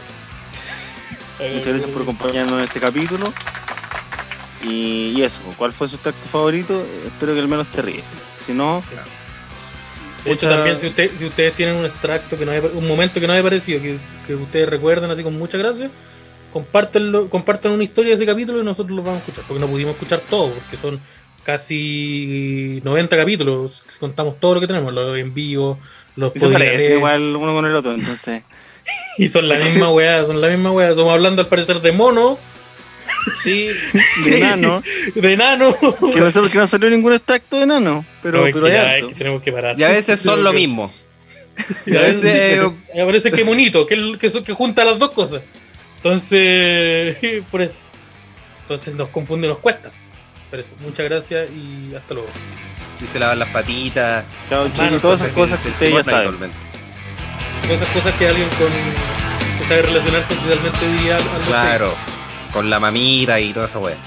Speaker 3: Eh,
Speaker 1: Muchas gracias por acompañarnos en este capítulo. Y, y eso, ¿cuál fue su tacto favorito? Espero que al menos te ríes. Si no,
Speaker 3: De hecho,
Speaker 1: Mucha-
Speaker 3: también si, usted- si ustedes tienen un extracto, que no haya- un momento que no haya parecido, que, que ustedes recuerden así con muchas gracias, compártanlo, compartan una historia de ese capítulo y nosotros los vamos a escuchar, porque no pudimos escuchar todo, porque son casi 90 capítulos, si contamos todo lo que tenemos, los en vivo, los
Speaker 1: y se parece
Speaker 3: podcasts,
Speaker 1: igual uno con el otro, entonces.
Speaker 3: (laughs) y son la misma weá, son la misma weá, estamos hablando al parecer de mono,
Speaker 1: (laughs)
Speaker 2: Sí,
Speaker 1: De enano.
Speaker 3: de enano,
Speaker 1: Que no sé por qué no salió ningún extracto de enano, pero,
Speaker 3: No, es
Speaker 1: pero
Speaker 3: que
Speaker 1: hay
Speaker 3: ya,
Speaker 1: harto.
Speaker 3: es que tenemos que parar.
Speaker 2: Y a veces son lo
Speaker 3: Tenemos que- (laughs)
Speaker 2: mismo.
Speaker 3: Y a veces eh, parece que (laughs) bonito, que, que, que junta las dos cosas. Entonces, por eso. Entonces nos confunde y nos cuesta. Pero eso, muchas gracias y hasta luego.
Speaker 2: Y se lavan las patitas.
Speaker 1: Chao,
Speaker 2: Bueno,
Speaker 1: chicos, todas esas cosas que
Speaker 2: el
Speaker 1: ustedes
Speaker 2: Simón
Speaker 1: ya saben.
Speaker 2: habitualmente.
Speaker 3: Todas esas cosas que alguien con que sabe relacionarse socialmente diría algo así.
Speaker 2: Claro, con la mamita y toda esa wea.